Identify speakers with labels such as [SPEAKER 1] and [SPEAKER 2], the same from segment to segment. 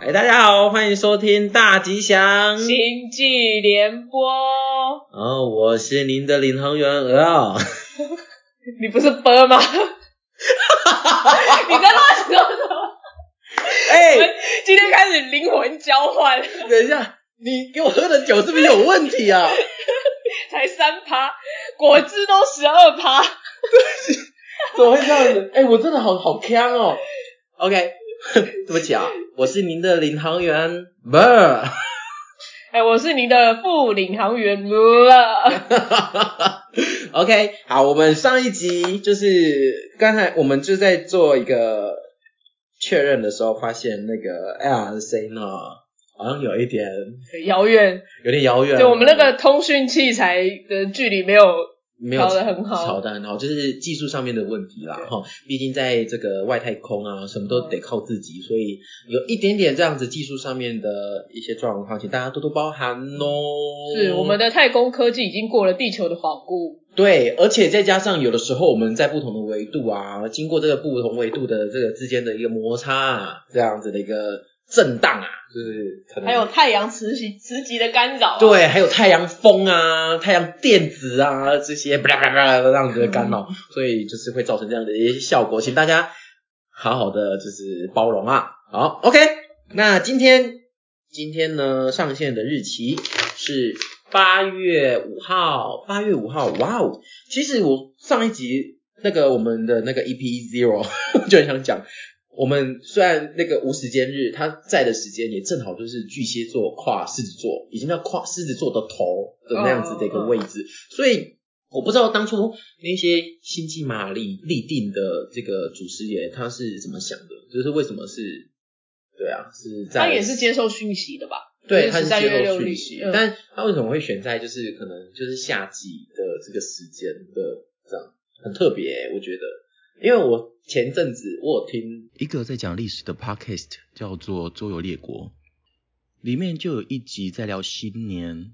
[SPEAKER 1] 哎大家好，欢迎收听大吉祥。
[SPEAKER 2] 星际联播，
[SPEAKER 1] 哦，我是您的领航员鹅啊。
[SPEAKER 2] 你不是播吗？ 你在乱说什么？
[SPEAKER 1] 哎、
[SPEAKER 2] 今天开始灵魂交换，
[SPEAKER 1] 等一下，你给我喝的酒是不是有问题 啊？
[SPEAKER 2] 才三趴，果汁都十二趴。
[SPEAKER 1] 怎么会这样子？哎、我真的好好呛哦。OK，对 不起啊，我是您的领航员 Bird。
[SPEAKER 2] 哎、我是你的副领航员了。
[SPEAKER 1] OK，好，我们上一集就是刚才我们就在做一个确认的时候，发现那个 L 的声音呢，哦好像有一点
[SPEAKER 2] 遥远，
[SPEAKER 1] 有点遥远。
[SPEAKER 2] 就我们那个通讯器材的距离没有，
[SPEAKER 1] 没有
[SPEAKER 2] 调得很好
[SPEAKER 1] 调得很好，就是技术上面的问题啦，哈。毕竟在这个外太空啊，什么
[SPEAKER 2] 嗯
[SPEAKER 1] 都得靠自己，所以有一点点这样子技术上面的一些状况，请大家多多包涵哦。
[SPEAKER 2] 是我们的太空科技已经过了地球的保护。
[SPEAKER 1] 对，而且再加上有的时候我们在不同的维度啊，经过这个不同维度的这个之间的一个摩擦啊，这样子的一个震荡啊，就是可能
[SPEAKER 2] 还有太阳磁极磁极的干扰、啊，
[SPEAKER 1] 对，还有太阳风啊、太阳电子啊这些，巴拉巴拉这样子的干扰，所以就是会造成这样的一些效果，请大家好好的就是包容啊。好，OK，那今天今天呢上线的日期是八月五号，八月五号，哇哦！其实我上一集那个我们的那个 EP Zero 就很想讲。我们虽然那个无时间日，他在的时间也正好就是巨蟹座跨狮子座，已经到跨狮子座的头的那样
[SPEAKER 2] 嗯
[SPEAKER 1] 子的一个位置，所以我不知道当初那些星际玛丽立定的这个祖师爷他是怎么想的，就是为什么是，对啊，是在
[SPEAKER 2] 他也是接受讯息的吧？
[SPEAKER 1] 对，
[SPEAKER 2] 就是
[SPEAKER 1] 他是接
[SPEAKER 2] 13月
[SPEAKER 1] 受
[SPEAKER 2] 6
[SPEAKER 1] 讯
[SPEAKER 2] 日
[SPEAKER 1] 息，
[SPEAKER 2] 嗯
[SPEAKER 1] 但他为什么会选在就是可能就是夏季的这个时间的这样很特别、欸我觉得，因为我前阵子我有听
[SPEAKER 3] 一个在讲历史的 podcast，叫做《周游列国》，里面就有一集在聊新年。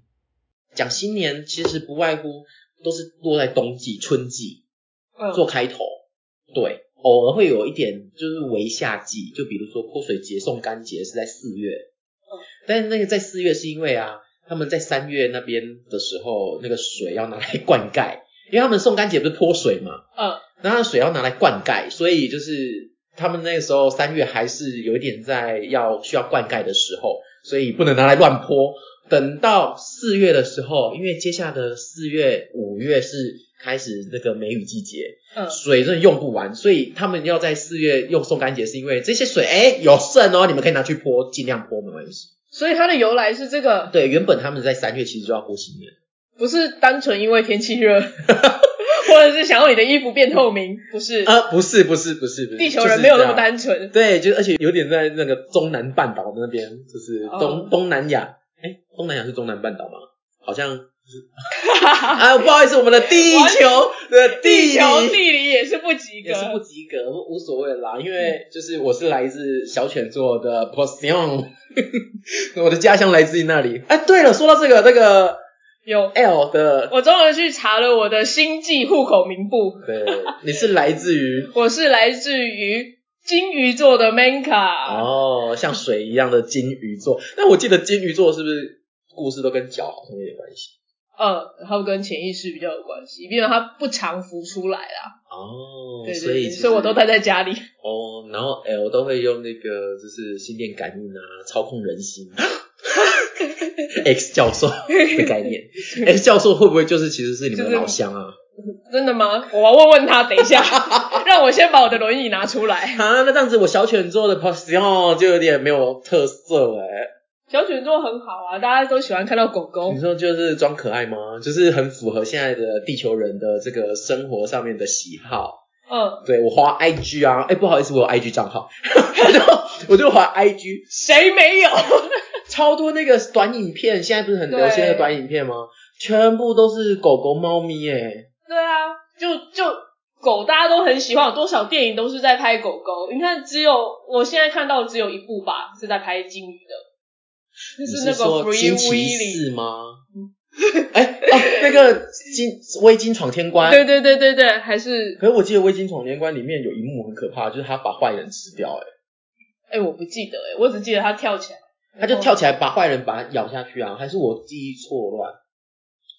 [SPEAKER 1] 讲新年，其实不外乎都是落在冬季、春季
[SPEAKER 2] 嗯
[SPEAKER 1] 做开头，对，偶尔会有一点就是微夏季，就比如说泼水节、送干节是在四月，但是那个在四月是因为啊，他们在三月那边的时候，那个水要拿来灌溉，因为他们送干节不是泼水嘛，
[SPEAKER 2] 嗯，
[SPEAKER 1] 那它水要拿来灌溉，所以就是他们那个时候三月还是有一点在要需要灌溉的时候，所以不能拿来乱泼。等到四月的时候，因为接下来的四月、五月是开始那个梅雨季节，
[SPEAKER 2] 嗯，
[SPEAKER 1] 水真的用不完，所以他们要在四月用送干节，是因为这些水哎有剩哦，你们可以拿去泼，尽量泼没关系。
[SPEAKER 2] 所以它的由来是这个，
[SPEAKER 1] 对，原本他们在三月其实就要泼新年，
[SPEAKER 2] 不是单纯因为天气热， 或者是想要你的衣服变透明，不是。
[SPEAKER 1] 呃，不是不是不是不是，
[SPEAKER 2] 地球人没有那么
[SPEAKER 1] 单。
[SPEAKER 2] 单纯，
[SPEAKER 1] 对，就而且有点在那个中南半岛那边，就是东、
[SPEAKER 2] 哦
[SPEAKER 1] 东南亚。哎，东南亚是中南半岛吗？好像 是。啊，不好意思，我们的地球的
[SPEAKER 2] 地
[SPEAKER 1] 地
[SPEAKER 2] 球
[SPEAKER 1] 理
[SPEAKER 2] 地理也是不及
[SPEAKER 1] 也是不
[SPEAKER 2] 格。
[SPEAKER 1] 及格，无所谓啦，因为就是我是来自小犬座的 p o s i o n 我的家乡来自于那里。哎，对了，说到这个，那个
[SPEAKER 2] 有，
[SPEAKER 1] L 的，
[SPEAKER 2] 我终于去查了我的星际户口名簿，
[SPEAKER 1] 对，你是来自于
[SPEAKER 2] 我是来自于金鱼座的 Manka，、
[SPEAKER 1] 哦，像水一样的金鱼座。那我记得金鱼座是不是故事都跟脚好像有点关系？
[SPEAKER 2] 嗯，它跟潜意识比较有关系，因为它不常浮出来啦。
[SPEAKER 1] 哦，
[SPEAKER 2] 对对
[SPEAKER 1] 所以
[SPEAKER 2] 对
[SPEAKER 1] 其实
[SPEAKER 2] 所以我都待在家里。
[SPEAKER 1] 哦，然后 L 都会用那个就是心电感应啊，操控人心。X 教授的概念 ，X 教授会不会就是其实是你们的老乡啊？
[SPEAKER 2] 真的吗？我要问问他，等一 下，让我先把我的轮椅拿出来。
[SPEAKER 1] 啊，那这样子我小犬座的 position 哦就有点没有特色哎、
[SPEAKER 2] 小犬座很好啊，大家都喜欢看到狗狗
[SPEAKER 1] 你。说就是装可爱吗？就是很符合现在的地球人的这个生活上面的喜好。
[SPEAKER 2] 嗯，
[SPEAKER 1] 对我滑 IG 啊，哎、不好意思，我有 IG 账号， 然后我就滑 IG，
[SPEAKER 2] 谁没有？
[SPEAKER 1] 超多那个短影片，现在不是很流行的
[SPEAKER 2] 对
[SPEAKER 1] 短影片吗？全部都是狗狗、猫咪哎诶、
[SPEAKER 2] 对啊，就就狗大家都很喜欢，有多少电影都是在拍狗狗。你看，只有我现在看到只有一部吧，是在拍金鱼的，就
[SPEAKER 1] 你
[SPEAKER 2] 那
[SPEAKER 1] 说
[SPEAKER 2] 个 Free
[SPEAKER 1] 惊奇
[SPEAKER 2] Willy。
[SPEAKER 1] 四吗？
[SPEAKER 2] 嗯
[SPEAKER 1] 哎、哦，那个金微鲸闯天关，
[SPEAKER 2] 对对对对对，还是
[SPEAKER 1] 可是我记得《微鲸闯天关》里面有一幕很可怕，就是他把坏人吃掉、诶
[SPEAKER 2] 哎、我不记得哎、我只记得他跳起来，
[SPEAKER 1] 他就跳起来把坏人把它咬下去啊，还是我记忆错乱？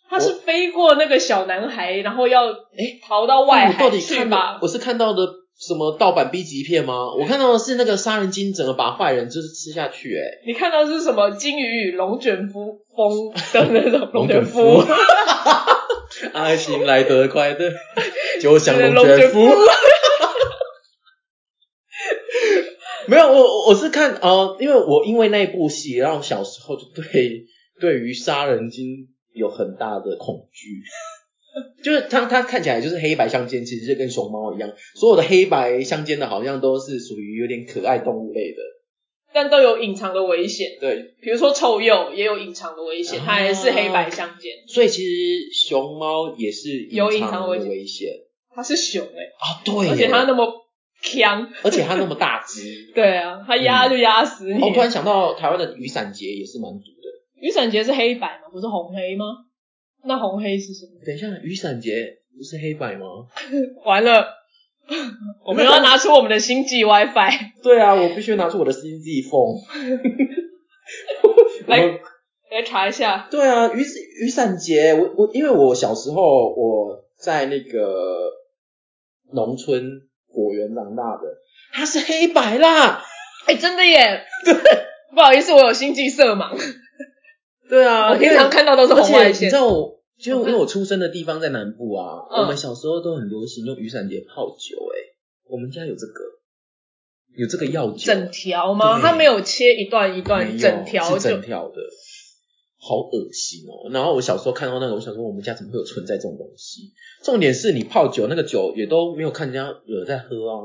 [SPEAKER 2] 他是飞过那个小男孩，然后要诶逃到外
[SPEAKER 1] 哎我到
[SPEAKER 2] 海
[SPEAKER 1] 底
[SPEAKER 2] 去
[SPEAKER 1] 看
[SPEAKER 2] 吧
[SPEAKER 1] 到？我是看到的什么盗版 B 级片吗？我看到的是那个杀人鲸整个把坏人就是吃下去、欸，
[SPEAKER 2] 你看到是什么金鱼与龙卷风风的那种
[SPEAKER 1] 龙卷
[SPEAKER 2] 卷
[SPEAKER 1] 风爱情来得快 的，就像
[SPEAKER 2] 对
[SPEAKER 1] 龙
[SPEAKER 2] 龙
[SPEAKER 1] 卷
[SPEAKER 2] 卷
[SPEAKER 1] 风。没有，我我我是看哦、呃因为我因为那一部戏，然后小时候就对 对于杀人鲸有很大的恐惧， 就是它它看起来就是黑白相间，其实就跟熊猫一样，所有的黑白相间的好像都是属于有点可爱动物类的，
[SPEAKER 2] 但都有隐藏的危险，
[SPEAKER 1] 对，
[SPEAKER 2] 比如说臭鼬也有隐藏的危险，
[SPEAKER 1] 啊
[SPEAKER 2] 它还是黑白相间，
[SPEAKER 1] 所以其实熊猫也是
[SPEAKER 2] 有
[SPEAKER 1] 隐
[SPEAKER 2] 隐藏
[SPEAKER 1] 的
[SPEAKER 2] 危险
[SPEAKER 1] 危险
[SPEAKER 2] 它是熊哎、
[SPEAKER 1] 啊，对耶，
[SPEAKER 2] 而且它那么强，
[SPEAKER 1] 而且它那么大只。
[SPEAKER 2] 对啊，它压就压 死你。
[SPEAKER 1] 哦我突然想到，台湾的雨伞节也是蛮足的。
[SPEAKER 2] 雨伞节是黑白吗？不是红黑吗？那红黑是什么？
[SPEAKER 1] 等一下，雨伞节不是黑白吗？
[SPEAKER 2] 完了， 我们要拿出我们的星际 WiFi
[SPEAKER 1] 对啊，我必须拿出我的星际 风。
[SPEAKER 2] 来
[SPEAKER 1] 我
[SPEAKER 2] 来查一下。
[SPEAKER 1] 对啊，雨雨伞节，我我因为我小时候我在那个农村果园长大的，它是黑白啦。
[SPEAKER 2] 哎、真的耶！对， 不好意思，我有星际色盲，
[SPEAKER 1] 对啊，
[SPEAKER 2] 我平
[SPEAKER 1] 因为
[SPEAKER 2] 常看到 都是
[SPEAKER 1] 而
[SPEAKER 2] 红
[SPEAKER 1] 且
[SPEAKER 2] 外
[SPEAKER 1] 你知
[SPEAKER 2] 线。
[SPEAKER 1] 道我，就因为我出生的地方在南部啊，
[SPEAKER 2] 嗯
[SPEAKER 1] 我们小时候都很流行用雨伞节泡酒、欸，我们家有这个，有这个药酒，
[SPEAKER 2] 整条吗？
[SPEAKER 1] 对
[SPEAKER 2] 它没有切一段一
[SPEAKER 1] 没
[SPEAKER 2] 段，
[SPEAKER 1] 有
[SPEAKER 2] 整条
[SPEAKER 1] 是
[SPEAKER 2] 就
[SPEAKER 1] 整条的，好恶心哦。然后我小时候看到那个，我想说我们家怎么会有存在这种东西？重点是你泡酒，那个酒也都没有看人家有在喝啊，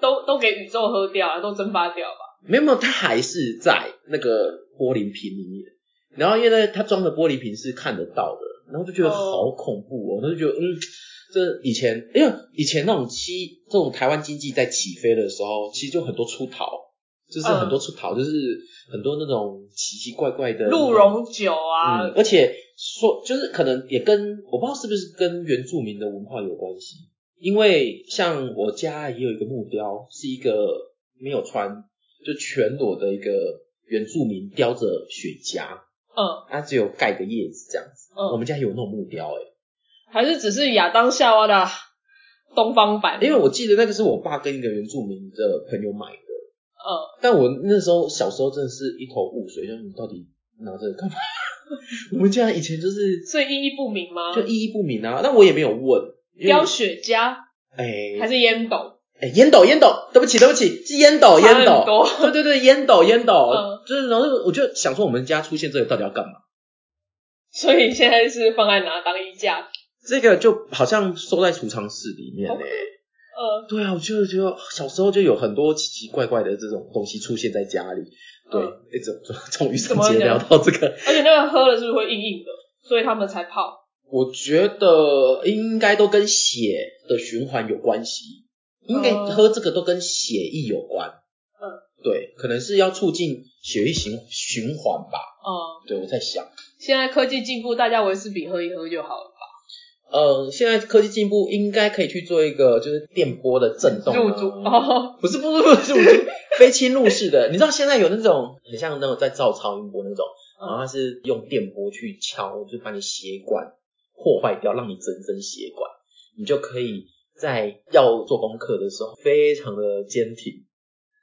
[SPEAKER 2] 都都给宇宙喝掉啊，都蒸发掉吧。
[SPEAKER 1] 没有没有，它还是在那个玻璃瓶里面。然后因为它装的玻璃瓶是看得到的，然后就觉得好恐怖哦，然后就觉得嗯，这以前因为以前那种期这种台湾经济在起飞的时候，其实就很多出逃，就是很多出逃，就是很多那种奇奇怪怪的那种
[SPEAKER 2] 鹿茸酒啊，
[SPEAKER 1] 嗯，而且说就是可能也跟我不知道是不是跟原住民的文化有关系，因为像我家也有一个木雕，是一个没有穿就全裸的一个原住民叼着雪茄，
[SPEAKER 2] 嗯
[SPEAKER 1] 它只有盖个叶子这样子。我
[SPEAKER 2] 嗯，
[SPEAKER 1] 们家有那种木雕哎、
[SPEAKER 2] 还是只是亚当夏娃的东方版，
[SPEAKER 1] 因为我记得那个是我爸跟一个原住民的朋友买的，
[SPEAKER 2] 嗯，
[SPEAKER 1] 但我那时候小时候真的是一头雾水，就是你到底拿这个干嘛？ 我们家以前就是
[SPEAKER 2] 所以意义不明吗
[SPEAKER 1] 就？意义不明啊，但我也没有问。因为
[SPEAKER 2] 雕雪茄
[SPEAKER 1] 哎、
[SPEAKER 2] 还是烟斗，
[SPEAKER 1] 哎，烟斗，烟斗，对不起，对不起，是烟斗，哦
[SPEAKER 2] 差
[SPEAKER 1] 烟
[SPEAKER 2] 很
[SPEAKER 1] 斗，
[SPEAKER 2] 多。
[SPEAKER 1] 对对对，烟斗，烟斗，
[SPEAKER 2] 啊嗯
[SPEAKER 1] 就是然后我就想说，我们家出现这个到底要干嘛？
[SPEAKER 2] 所以现在是放在哪当衣架？
[SPEAKER 1] 这个就好像收在储藏室里面
[SPEAKER 2] 好
[SPEAKER 1] 哎、
[SPEAKER 2] 可呃，
[SPEAKER 1] 对啊，我就觉得小时候就有很多奇奇怪怪的这种东西出现在家里。对，哎
[SPEAKER 2] 嗯
[SPEAKER 1] 一直从雨伞
[SPEAKER 2] 怎么
[SPEAKER 1] 节聊
[SPEAKER 2] 聊
[SPEAKER 1] 到这个，
[SPEAKER 2] 而且那个喝了是不是会硬硬的？所以他们才泡。
[SPEAKER 1] 我觉得应该都跟血的循环有关系，应该
[SPEAKER 2] 哦
[SPEAKER 1] 喝这个都跟血液有关。
[SPEAKER 2] 嗯，
[SPEAKER 1] 对，可能是要促进血液循循环吧。
[SPEAKER 2] 嗯，
[SPEAKER 1] 对，我在想。
[SPEAKER 2] 现在科技进步，大家维斯比喝一喝就好了吧？
[SPEAKER 1] 呃，现在科技进步，应该可以去做一个就是电波的震动、啊。
[SPEAKER 2] 入主哦，
[SPEAKER 1] 不是不是不是入主，非侵入式的。你知道现在有那种很像那种在造超音波那种，
[SPEAKER 2] 嗯
[SPEAKER 1] 然后它是用电波去敲，就把你血管破坏掉，让你增生血管，你就可以在要做功课的时候非常的坚挺。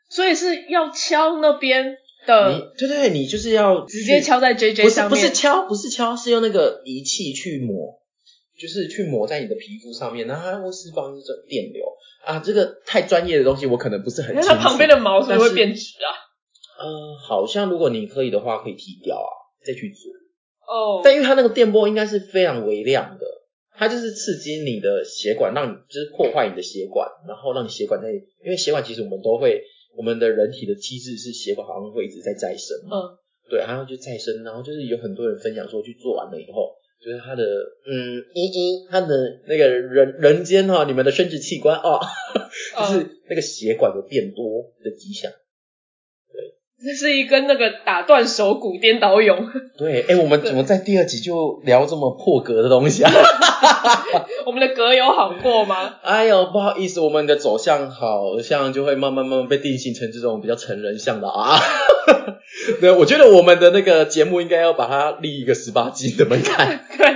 [SPEAKER 2] 所以是要敲那边的，
[SPEAKER 1] 你对对，你就是要
[SPEAKER 2] 呃直接
[SPEAKER 1] 去
[SPEAKER 2] 敲在 JJ
[SPEAKER 1] 不是
[SPEAKER 2] 上面。
[SPEAKER 1] 不是敲，不是敲，是用那个仪器去抹，就是去抹在你的皮肤上面，然后它会释放一种电流啊。这个太专业的东西，我可能不是很
[SPEAKER 2] 那
[SPEAKER 1] 清楚。
[SPEAKER 2] 它旁边的毛是不是
[SPEAKER 1] 但是
[SPEAKER 2] 会变直啊？
[SPEAKER 1] 呃，好像如果你可以的话，可以剃掉啊，再去做。
[SPEAKER 2] 哦，
[SPEAKER 1] 但因为它那个电波应该是非常微量的，它就是刺激你的血管，让你就是破坏你的血管，然后让你血管内，因为血管其实我们都会，我们的人体的机制是血管好像会一直在再生嘛。
[SPEAKER 2] 嗯，
[SPEAKER 1] 对，还要去再生，然后就是有很多人分享说，去做完了以后，就是他的嗯一一他的那个人人间哈、你们的生殖器官 哦，就是那个血管有变多的迹象。
[SPEAKER 2] 这是一根那个打断手骨颠倒泳，
[SPEAKER 1] 对，哎，我们怎么在第二集就聊这么破格的东西啊？
[SPEAKER 2] 我们的格有好过吗？
[SPEAKER 1] 哎呦，不好意思，我们的走向好像就会慢慢慢慢被定性成这种比较成人向的啊。 对，我觉得我们的那个节目应该要把它立一个十八禁的门槛。
[SPEAKER 2] 对，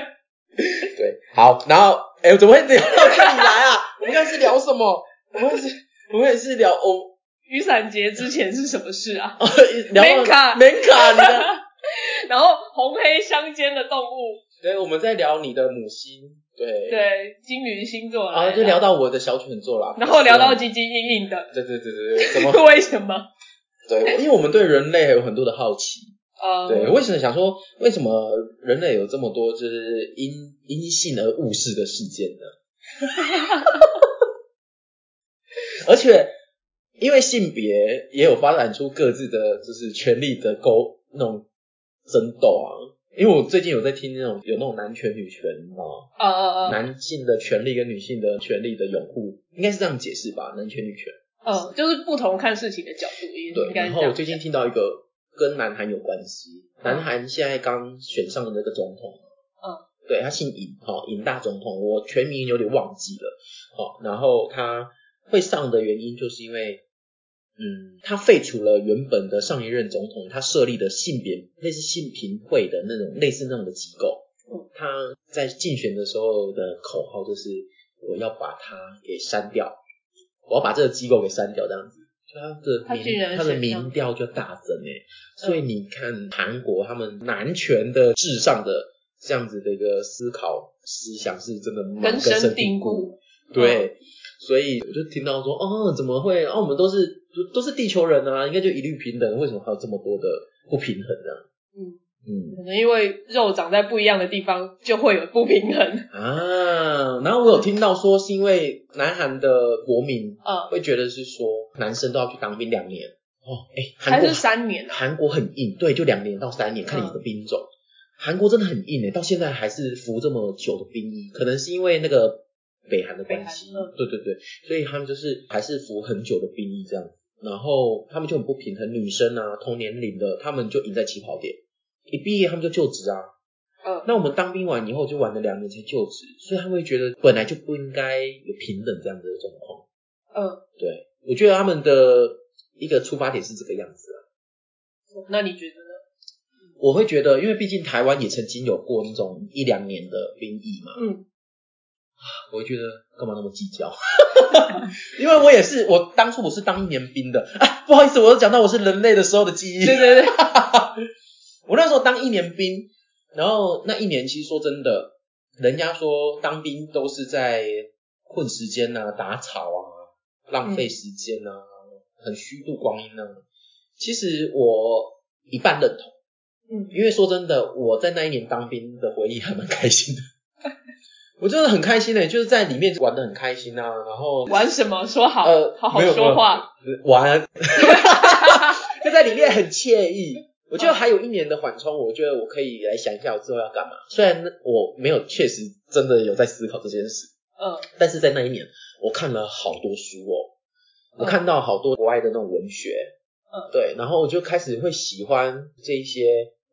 [SPEAKER 1] 对，好，然后，哎、怎么会聊到这里来啊？我们刚才是聊什么？我们是，我们也是聊哦，
[SPEAKER 2] 雨伞节之前是什么事啊？
[SPEAKER 1] 聊到
[SPEAKER 2] Menka
[SPEAKER 1] 门槛的。
[SPEAKER 2] 然后红黑相间的动物，
[SPEAKER 1] 对，我们在聊你的母星，对，
[SPEAKER 2] 对，金鱼星座
[SPEAKER 1] 然
[SPEAKER 2] 来
[SPEAKER 1] 后
[SPEAKER 2] 的
[SPEAKER 1] 哦就聊，到我的小犬座啦，
[SPEAKER 2] 然后聊到
[SPEAKER 1] 对
[SPEAKER 2] 唧唧硬硬的，
[SPEAKER 1] 对对对对对，怎 么
[SPEAKER 2] 为什么？
[SPEAKER 1] 对？因为我们对人类还有很多的好奇，
[SPEAKER 2] 呃，
[SPEAKER 1] 对，为什么想说为什么人类有这么多就是因因性而误事的事件呢？而且因为性别也有发展出各自的就是权力的勾那种争斗啊。因为我最近有在听那种有那种男权女权哦，
[SPEAKER 2] 呃呃呃
[SPEAKER 1] 男性的权利跟女性的权利的拥护，应该是这样解释吧，男权女权。
[SPEAKER 2] 呃，就是不同看事情的角度，应
[SPEAKER 1] 对，
[SPEAKER 2] 应该
[SPEAKER 1] 然
[SPEAKER 2] 是
[SPEAKER 1] 后
[SPEAKER 2] 这
[SPEAKER 1] 我
[SPEAKER 2] 样。嗯
[SPEAKER 1] 最近听到一个跟南韩有关系，南韩现在刚选上那个总统，嗯，对他姓尹，哦，尹大总统，我全名有点忘记了，哦，然后他会上的原因就是因为，嗯，他废除了原本的上一任总统他设立的性别类似性平会的那种类似那种的机构，
[SPEAKER 2] 嗯
[SPEAKER 1] 他在竞选的时候的口号就是我要把它给删掉，我要把这个机构给删掉，这样子。
[SPEAKER 2] 他
[SPEAKER 1] 他的
[SPEAKER 2] 竟然
[SPEAKER 1] 民他的
[SPEAKER 2] 选上嗯
[SPEAKER 1] 民调就大增诶、所以你看韩国他们男权的至上的这样子的一个思考思想是真的蛮
[SPEAKER 2] 根
[SPEAKER 1] 深
[SPEAKER 2] 深
[SPEAKER 1] 蒂
[SPEAKER 2] 蒂
[SPEAKER 1] 固。
[SPEAKER 2] 固，
[SPEAKER 1] 对，所以我就听到说，哦，怎么会？哦，我们都是都是地球人啊，应该就一律平等，为什么还有这么多的不平衡呢、
[SPEAKER 2] 嗯，
[SPEAKER 1] 嗯
[SPEAKER 2] 可能因为肉长在不一样的地方，就会有不平衡。
[SPEAKER 1] 啊，然后我有听到说，是因为南韩的国民
[SPEAKER 2] 呃，
[SPEAKER 1] 会觉得是说，男生都要去当兵两年哦，哎，韩
[SPEAKER 2] 还
[SPEAKER 1] 国
[SPEAKER 2] 是三年啊？
[SPEAKER 1] 韩国很硬，对，就两年到三年，看你
[SPEAKER 2] 嗯
[SPEAKER 1] 的兵种。韩国真的很硬欸诶，到现在还是服这么久的兵役，可能是因为那个北韩的关系
[SPEAKER 2] 北韩嗯，
[SPEAKER 1] 对对对，所以他们就是还是服很久的兵役这样子，然后他们就很不平衡，女生啊同年龄的他们就赢在起跑点，一毕业他们就就职啊，
[SPEAKER 2] 呃，
[SPEAKER 1] 那我们当兵完以后就玩了两年才就职，所以他们会觉得本来就不应该有平等这样子的状况。
[SPEAKER 2] 呃，
[SPEAKER 1] 对，我觉得他们的一个出发点是这个样子啊。
[SPEAKER 2] 那你觉得呢？
[SPEAKER 1] 我会觉得，因为毕竟台湾也曾经有过那种一两年的兵役嘛，
[SPEAKER 2] 嗯，
[SPEAKER 1] 我会觉得干嘛那么计较？ 因为我也是，我当初我是当一年兵的啊，不好意思，我又讲到我是人类的时候的记忆。
[SPEAKER 2] 对对对，
[SPEAKER 1] 我那时候当一年兵，然后那一年其实说真的，人家说当兵都是在混时间呐、打草啊、浪费时间呐、很虚度光阴呐、啊其实我一半认同，
[SPEAKER 2] 嗯
[SPEAKER 1] 因为说真的，我在那一年当兵的回忆还蛮开心的。我真的很开心的、就是在里面玩的很开心啊，然后
[SPEAKER 2] 玩什么？说好，
[SPEAKER 1] 呃
[SPEAKER 2] 好好
[SPEAKER 1] 没有
[SPEAKER 2] 说话。
[SPEAKER 1] 玩，就在里面很惬
[SPEAKER 2] 哦
[SPEAKER 1] 意。我觉得还有一年的缓冲，我觉得我可以来想一下我之后要干嘛。虽然我没有确实真的有在思考这件事，
[SPEAKER 2] 呃，
[SPEAKER 1] 但是在那一年我看了好多书哦，
[SPEAKER 2] 嗯
[SPEAKER 1] 我看到好多国外的那种文学，
[SPEAKER 2] 嗯
[SPEAKER 1] 对，然后我就开始会喜欢这一些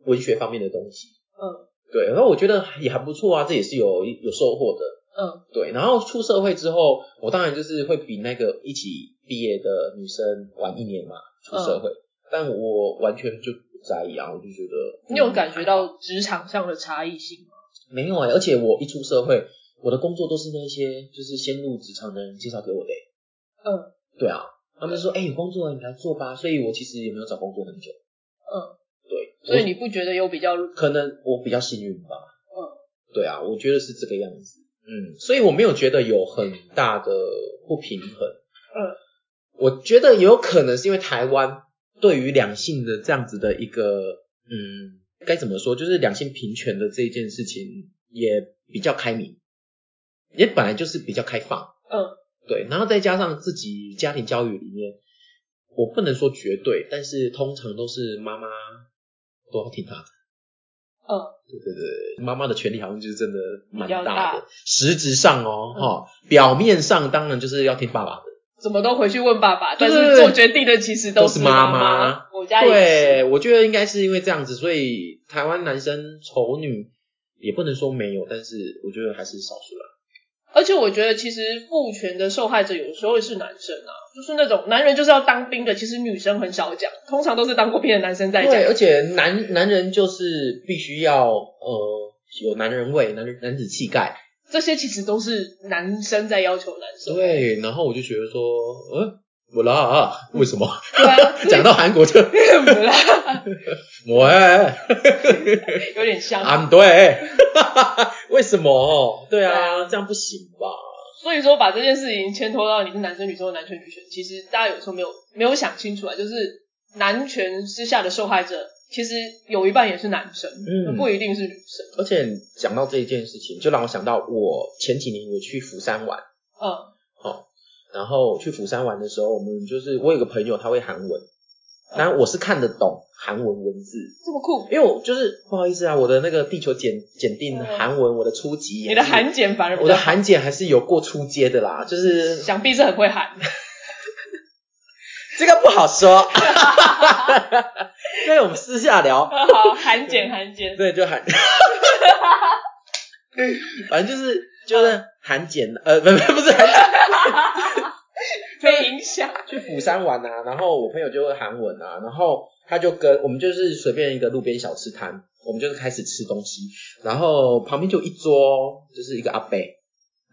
[SPEAKER 1] 文学方面的东西，
[SPEAKER 2] 嗯
[SPEAKER 1] 对，然后我觉得也还不错啊，这也是有有收获的。
[SPEAKER 2] 嗯
[SPEAKER 1] 对，然后出社会之后，我当然就是会比那个一起毕业的女生晚一年嘛，出
[SPEAKER 2] 嗯
[SPEAKER 1] 社会。但我完全就不在意啊，我就觉得嗯
[SPEAKER 2] 你有感觉到职场上的差异性吗？
[SPEAKER 1] 没有哎、而且我一出社会，我的工作都是那些就是先入职场的人介绍给我的、欸。
[SPEAKER 2] 嗯
[SPEAKER 1] 对啊，他们就说哎、有工作了你来做吧，所以我其实也没有找工作很久。
[SPEAKER 2] 嗯，
[SPEAKER 1] 对，
[SPEAKER 2] 所以你不觉得有比较？
[SPEAKER 1] 可能我比较幸运吧。
[SPEAKER 2] 嗯
[SPEAKER 1] 对啊，我觉得是这个样子。嗯，所以我没有觉得有很大的不平衡。
[SPEAKER 2] 嗯，
[SPEAKER 1] 我觉得有可能是因为台湾对于两性的这样子的一个，嗯，该怎么说，就是两性平权的这一件事情也比较开明，也本来就是比较开放。
[SPEAKER 2] 嗯
[SPEAKER 1] 对，然后再加上自己家庭教育里面，我不能说绝对，但是通常都是妈妈都要听她的。
[SPEAKER 2] 嗯，
[SPEAKER 1] 对对对，妈妈的权利好像就是真的蛮
[SPEAKER 2] 比较
[SPEAKER 1] 大的，
[SPEAKER 2] 大嗯
[SPEAKER 1] 实质上哦，哈、表面上当然就是要听爸爸的。
[SPEAKER 2] 怎么都回去问爸爸，
[SPEAKER 1] 对
[SPEAKER 2] 但
[SPEAKER 1] 对对
[SPEAKER 2] 是做决定的其实
[SPEAKER 1] 都
[SPEAKER 2] 是
[SPEAKER 1] 是妈
[SPEAKER 2] 妈
[SPEAKER 1] 妈。
[SPEAKER 2] 我家也是。
[SPEAKER 1] 对，我觉得应该是因为这样子，所以台湾男生丑女也不能说没有，但是我觉得还是少数啦。
[SPEAKER 2] 而且我觉得，其实父权的受害者有时候也是男生啊，就是那种男人就是要当兵的，其实女生很少讲，通常都是当过兵的男生在讲
[SPEAKER 1] 对，。而且男男人就是必须要呃有男人味、男人男子气概。
[SPEAKER 2] 这些其实都是男生在要求男生。
[SPEAKER 1] 对，然后我就觉得说，嗯，我啦、啊，为什么？
[SPEAKER 2] 对啊，所以
[SPEAKER 1] 讲到韩国就
[SPEAKER 2] 怎么啦？
[SPEAKER 1] 喂，
[SPEAKER 2] 有点像。
[SPEAKER 1] 俺啊对， 为什么？对啊，这样不行吧？
[SPEAKER 2] 所以说，把这件事情牵拖到你是男生女生或男权女权，其实大家有时候没有没有想清楚啊，就是男权之下的受害者，其实有一半也是男生，
[SPEAKER 1] 嗯
[SPEAKER 2] 不一定是女生。
[SPEAKER 1] 而且讲到这一件事情，就让我想到我前几年有去釜山玩，哦
[SPEAKER 2] 嗯
[SPEAKER 1] 然后去釜山玩的时候，我们就是我有个朋友他会韩文，当然我是看得懂韩文文字，
[SPEAKER 2] 这么酷，
[SPEAKER 1] 因为我就是不好意思啊，我的那个地球检检定韩文，我的初级也
[SPEAKER 2] 你的
[SPEAKER 1] 是
[SPEAKER 2] 韩检反而比
[SPEAKER 1] 我
[SPEAKER 2] 较
[SPEAKER 1] 的韩检还是有过初阶的啦，就是
[SPEAKER 2] 想必是很会 喊。
[SPEAKER 1] 这个不好说， 因为我们私下聊，
[SPEAKER 2] 好，韩检韩检，
[SPEAKER 1] 对，就韩，反正就是就是韩检，呃，不不不是韩检，
[SPEAKER 2] 被影响。
[SPEAKER 1] 去釜山玩啊，然后我朋友就会韩文啊，然后他就跟我们就是随便一个路边小吃摊，我们就是开始吃东西，然后旁边就一桌就是一个阿伯，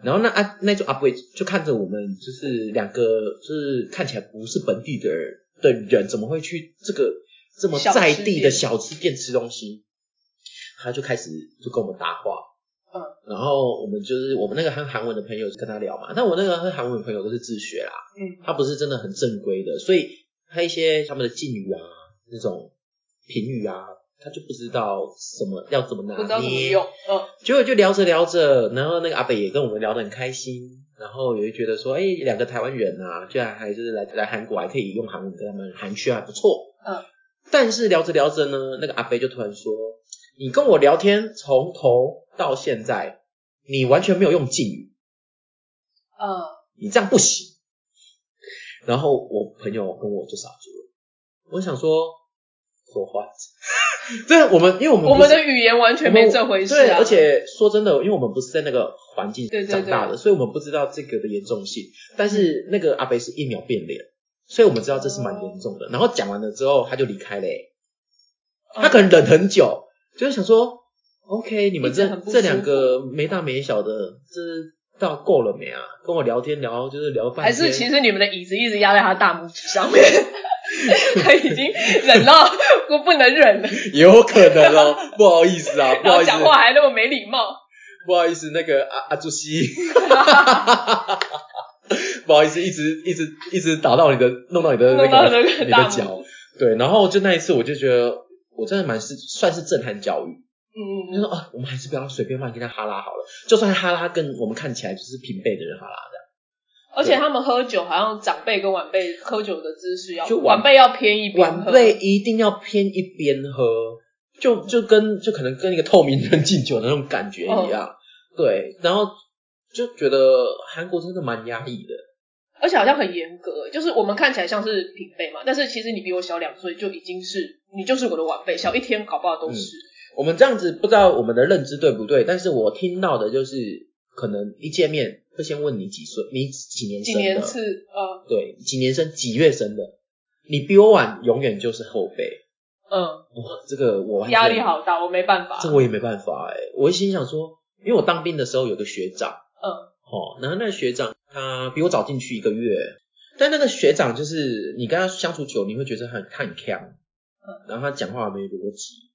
[SPEAKER 1] 然后那阿那桌阿伯就看着我们，就是两个就是看起来不是本地的人的人，怎么会去这个这么
[SPEAKER 2] 小吃
[SPEAKER 1] 在地的
[SPEAKER 2] 店
[SPEAKER 1] 小吃店吃东西？他就开始就跟我们搭话，
[SPEAKER 2] 嗯，
[SPEAKER 1] 然后我们就是我们那个和韩文的朋友就跟他聊嘛，但我那个和韩文的朋友都是自学啦。
[SPEAKER 2] 嗯，
[SPEAKER 1] 它不是真的很正规的，所以它一些他们的敬语啊，那种评语啊，他就不知道什么要怎么拿捏，
[SPEAKER 2] 不知道怎么用。嗯，
[SPEAKER 1] 结果就聊着聊着，然后那个阿北也跟我们聊得很开心，然后也就觉得说，哎，两个台湾人啊，居然还就是来来韩国还可以用韩文跟他们寒暄，还不错。
[SPEAKER 2] 嗯。
[SPEAKER 1] 但是聊着聊着呢，那个阿北就突然说：“你跟我聊天从头到现在，你完全没有用敬语。”
[SPEAKER 2] 嗯，
[SPEAKER 1] 你这样不行。然后我朋友跟我就傻住了，我想说说话， 对啊我们，因为我们
[SPEAKER 2] 我们
[SPEAKER 1] 不是
[SPEAKER 2] 的语言完全没这回事
[SPEAKER 1] 对，
[SPEAKER 2] 啊。
[SPEAKER 1] 而且说真的，因为我们不是在那个环境
[SPEAKER 2] 对对
[SPEAKER 1] 长大的，所以我们不知道这个的严重性。但是那个阿北是一秒变脸，所以我们知道这是蛮严重的。然后讲完了之后，他就离开嘞、
[SPEAKER 2] 嗯
[SPEAKER 1] 他可能忍很久，就是想说，OK，你们
[SPEAKER 2] 一
[SPEAKER 1] 这
[SPEAKER 2] 直很不舒服
[SPEAKER 1] 这两个没大没小的，这到够了没啊？跟我聊天聊就是聊半
[SPEAKER 2] 还
[SPEAKER 1] 天，
[SPEAKER 2] 是其实你们的椅子一直压在他大拇指上面， 他已经忍到不不能忍了，
[SPEAKER 1] 也有可能哦，不好意思啊，不
[SPEAKER 2] 然
[SPEAKER 1] 好
[SPEAKER 2] 后
[SPEAKER 1] 意思
[SPEAKER 2] 讲，话还那么没礼貌。
[SPEAKER 1] 不好意思，那个阿阿朱熹， 不好意思，一直一直一直打到你的，弄到你的那
[SPEAKER 2] 弄到那
[SPEAKER 1] 个
[SPEAKER 2] 个
[SPEAKER 1] 你
[SPEAKER 2] 大
[SPEAKER 1] 的
[SPEAKER 2] 拇指
[SPEAKER 1] 脚，对，然后就那一次，我就觉得我真的蛮是算是震撼教育。我就
[SPEAKER 2] 嗯，
[SPEAKER 1] 说啊，我们还是不要随便乱跟他哈拉好了，就算哈拉跟我们看起来就是平辈的人哈拉的，
[SPEAKER 2] 而且他们喝酒好像长辈跟晚辈喝酒的姿势要，
[SPEAKER 1] 就晚
[SPEAKER 2] 晚辈要偏一边
[SPEAKER 1] 晚
[SPEAKER 2] 喝
[SPEAKER 1] 辈一定要偏一边喝，就就跟就可能跟一个透明人敬酒的那种感觉一
[SPEAKER 2] 哦
[SPEAKER 1] 样，对，然后就觉得韩国真的蛮压抑的，
[SPEAKER 2] 而且好像很严格，就是我们看起来像是平辈嘛，但是其实你比我小两岁就已经是你就是我的晚辈，小一天搞不好都是。
[SPEAKER 1] 我们这样子不知道我们的认知对不对，但是我听到的就是可能一见面会先问你几岁，你几年
[SPEAKER 2] 几
[SPEAKER 1] 生
[SPEAKER 2] 年
[SPEAKER 1] 的，
[SPEAKER 2] 次呃
[SPEAKER 1] 对，几年生几月生的，你比我晚，永远就是后辈。
[SPEAKER 2] 嗯
[SPEAKER 1] 哇，这个我完全
[SPEAKER 2] 压力好大，我没办法。
[SPEAKER 1] 这我也没办法哎、我心想说，因为我当兵的时候有个学长，
[SPEAKER 2] 嗯
[SPEAKER 1] 哦，然后那个学长他比我早进去一个月，但那个学长就是你跟他相处久，你会觉得他很他很强，嗯，然后他讲话没逻辑，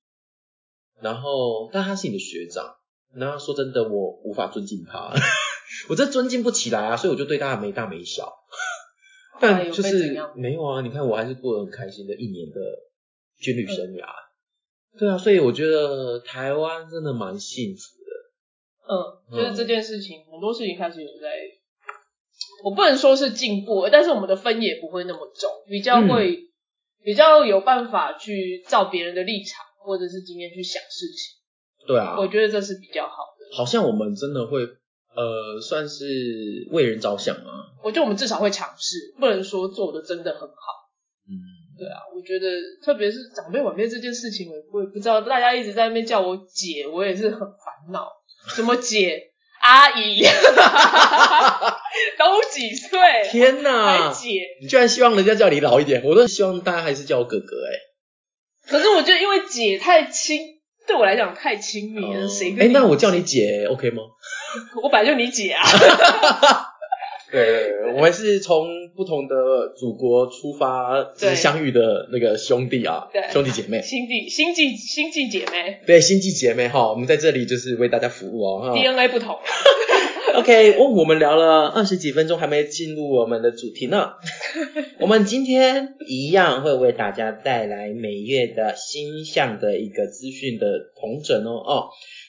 [SPEAKER 1] 然后但他是你的学长，然后说真的，我无法尊敬他， 我这尊敬不起来啊，所以我就对他没大没小，
[SPEAKER 2] 哎
[SPEAKER 1] 但
[SPEAKER 2] 呦
[SPEAKER 1] 就
[SPEAKER 2] 被怎
[SPEAKER 1] 是
[SPEAKER 2] 样
[SPEAKER 1] 没有啊，你看我还是过得很开心的一年的军
[SPEAKER 2] 嗯
[SPEAKER 1] 旅生涯。对啊，所以我觉得台湾真的蛮幸福的。
[SPEAKER 2] 嗯，就是这件事情，很多事情开始有在，我不能说是进步，但是我们的分野不会那么重，比较
[SPEAKER 1] 嗯
[SPEAKER 2] 会、比较有办法去照别人的立场或者是经验去想事情，
[SPEAKER 1] 对啊，
[SPEAKER 2] 我觉得这是比较好的。
[SPEAKER 1] 好像我们真的会呃，算是为人着想啊。
[SPEAKER 2] 我觉得我们至少会尝试，不能说做的真的很好。
[SPEAKER 1] 嗯，
[SPEAKER 2] 对啊，我觉得特别是长辈晚辈这件事情，我我也不知道，大家一直在那边叫我姐，我也是很烦闹，什么姐、阿姨， 都几岁了，
[SPEAKER 1] 天
[SPEAKER 2] 还
[SPEAKER 1] 哪！
[SPEAKER 2] 姐。
[SPEAKER 1] 你居然希望人家叫你老一点，我都希望大家还是叫我哥哥哎、
[SPEAKER 2] 可是我觉得因为姐太亲，对我来讲太亲密
[SPEAKER 1] 欸。
[SPEAKER 2] 了，谁
[SPEAKER 1] 哎、
[SPEAKER 2] 跟你？
[SPEAKER 1] 那我叫你姐 OK 吗？
[SPEAKER 2] 我本来就你姐啊。
[SPEAKER 1] 对对对，我们是从不同的祖国出发，就是
[SPEAKER 2] 对
[SPEAKER 1] 相遇的那个兄弟啊
[SPEAKER 2] 对，
[SPEAKER 1] 兄弟姐妹，
[SPEAKER 2] 星际星际星际姐妹、
[SPEAKER 1] 对，星际姐妹哈，我们在这里就是为大家服务哦。 哈
[SPEAKER 2] DNA 不同，啊
[SPEAKER 1] OK，哦，我们聊了二十几分钟，还没进入我们的主题呢。我们今天一样会为大家带来每月的星象的一个资讯的同整哦哦。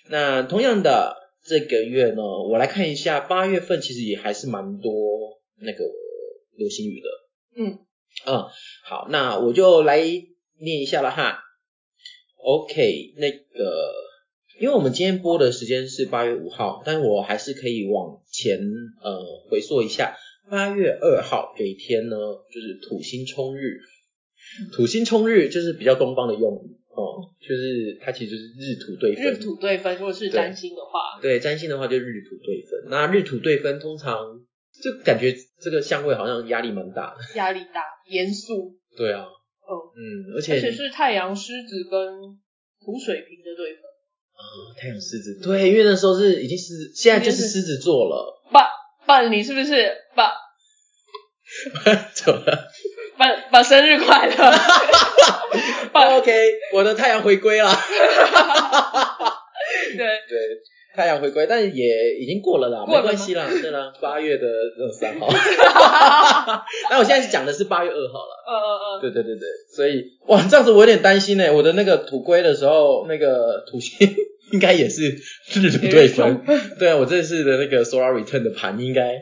[SPEAKER 1] 那同样的，这个月呢，我来看一下，八月份其实也还是蛮多那个流星雨的。
[SPEAKER 2] 嗯
[SPEAKER 1] 嗯，好，那我就来念一下了哈。OK，那个，因为我们今天播的时间是八月五号，但我还是可以往前呃回溯一下，八月二号这一天呢，就是土星冲日。土星冲日就是比较东方的用语哦，就是它其实就是日土对分。
[SPEAKER 2] 日土对分，如果
[SPEAKER 1] 对
[SPEAKER 2] 是占星的话，
[SPEAKER 1] 对，占星的话就日土对分。那日土对分通常就感觉这个相位好像压力蛮大的。
[SPEAKER 2] 压力大、严肃，
[SPEAKER 1] 对啊，
[SPEAKER 2] 嗯，
[SPEAKER 1] 嗯，而且
[SPEAKER 2] 而且是太阳狮子跟土水瓶的对分，
[SPEAKER 1] 太阳狮子，对，因为那时候是已经狮，现在就是狮子座了，
[SPEAKER 2] 爸爸，你是不是爸
[SPEAKER 1] 怎么了
[SPEAKER 2] 爸爸生日 快乐？爸，
[SPEAKER 1] ？OK，我的太阳回归了。
[SPEAKER 2] 对，
[SPEAKER 1] 对，太阳回归，但也已经过了啦，
[SPEAKER 2] 过
[SPEAKER 1] 没
[SPEAKER 2] 了吗
[SPEAKER 1] 关系啦，对啦，八月的呃三 号。那我现在讲的是八月二号了。
[SPEAKER 2] 呃 呃呃，
[SPEAKER 1] 对对对对，所以哇，这样子我有点担心呢。我的那个土龟的时候，那个土星 应该也是日土对分。 对啊我这次的那个 Solar Return 的盘应该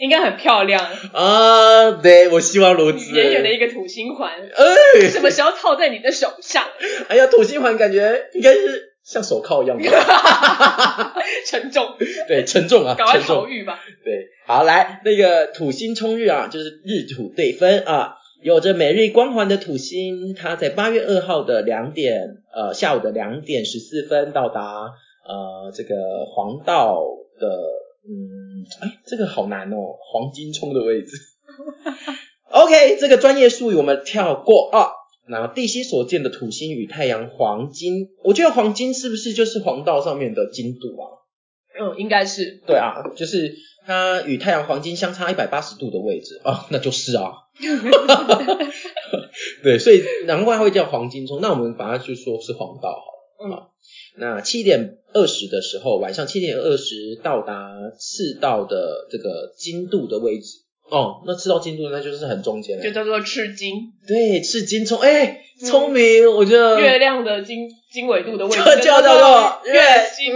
[SPEAKER 2] 应该很漂亮，
[SPEAKER 1] 啊，对我希望如此。
[SPEAKER 2] 圆圆的一个土星环，
[SPEAKER 1] 哎，
[SPEAKER 2] 什么时候套在你的手上？
[SPEAKER 1] 哎呀，土星环感觉应该是像手铐一样 吧？
[SPEAKER 2] 沉重，
[SPEAKER 1] 对，沉重啊，
[SPEAKER 2] 赶快
[SPEAKER 1] 沉
[SPEAKER 2] 逃
[SPEAKER 1] 重。
[SPEAKER 2] 狱吧！
[SPEAKER 1] 对，好来，那个土星冲日啊，就是日土对分啊，有着每日光环的土星，它在八月二号的两点，呃，下午的两点十四分到达呃这个黄道的，嗯，哎，这个好难哦，黄金冲的位置。OK，这个专业术语我们跳过啊。那地心所见的土星与太阳黄金，我觉得黄金是不是就是黄道上面的金度啊？
[SPEAKER 2] 嗯，应该是
[SPEAKER 1] 对啊，就是它与太阳黄金相差一百八十度的位置啊，那就是啊。对，所以难怪它会叫黄金冲。那我们把它就说是黄道好了。啊。那七点二十的时候，晚上七点二十到达赤道的这个经度的位置。哦，那赤道经度那就是很中间
[SPEAKER 2] 就
[SPEAKER 1] 了。
[SPEAKER 2] 叫做赤金。
[SPEAKER 1] 对，赤金冲，哎、聪明，我觉得
[SPEAKER 2] 月亮的经经纬度的位置
[SPEAKER 1] 这嗯叫嗯
[SPEAKER 2] 叫
[SPEAKER 1] 做
[SPEAKER 2] 月经。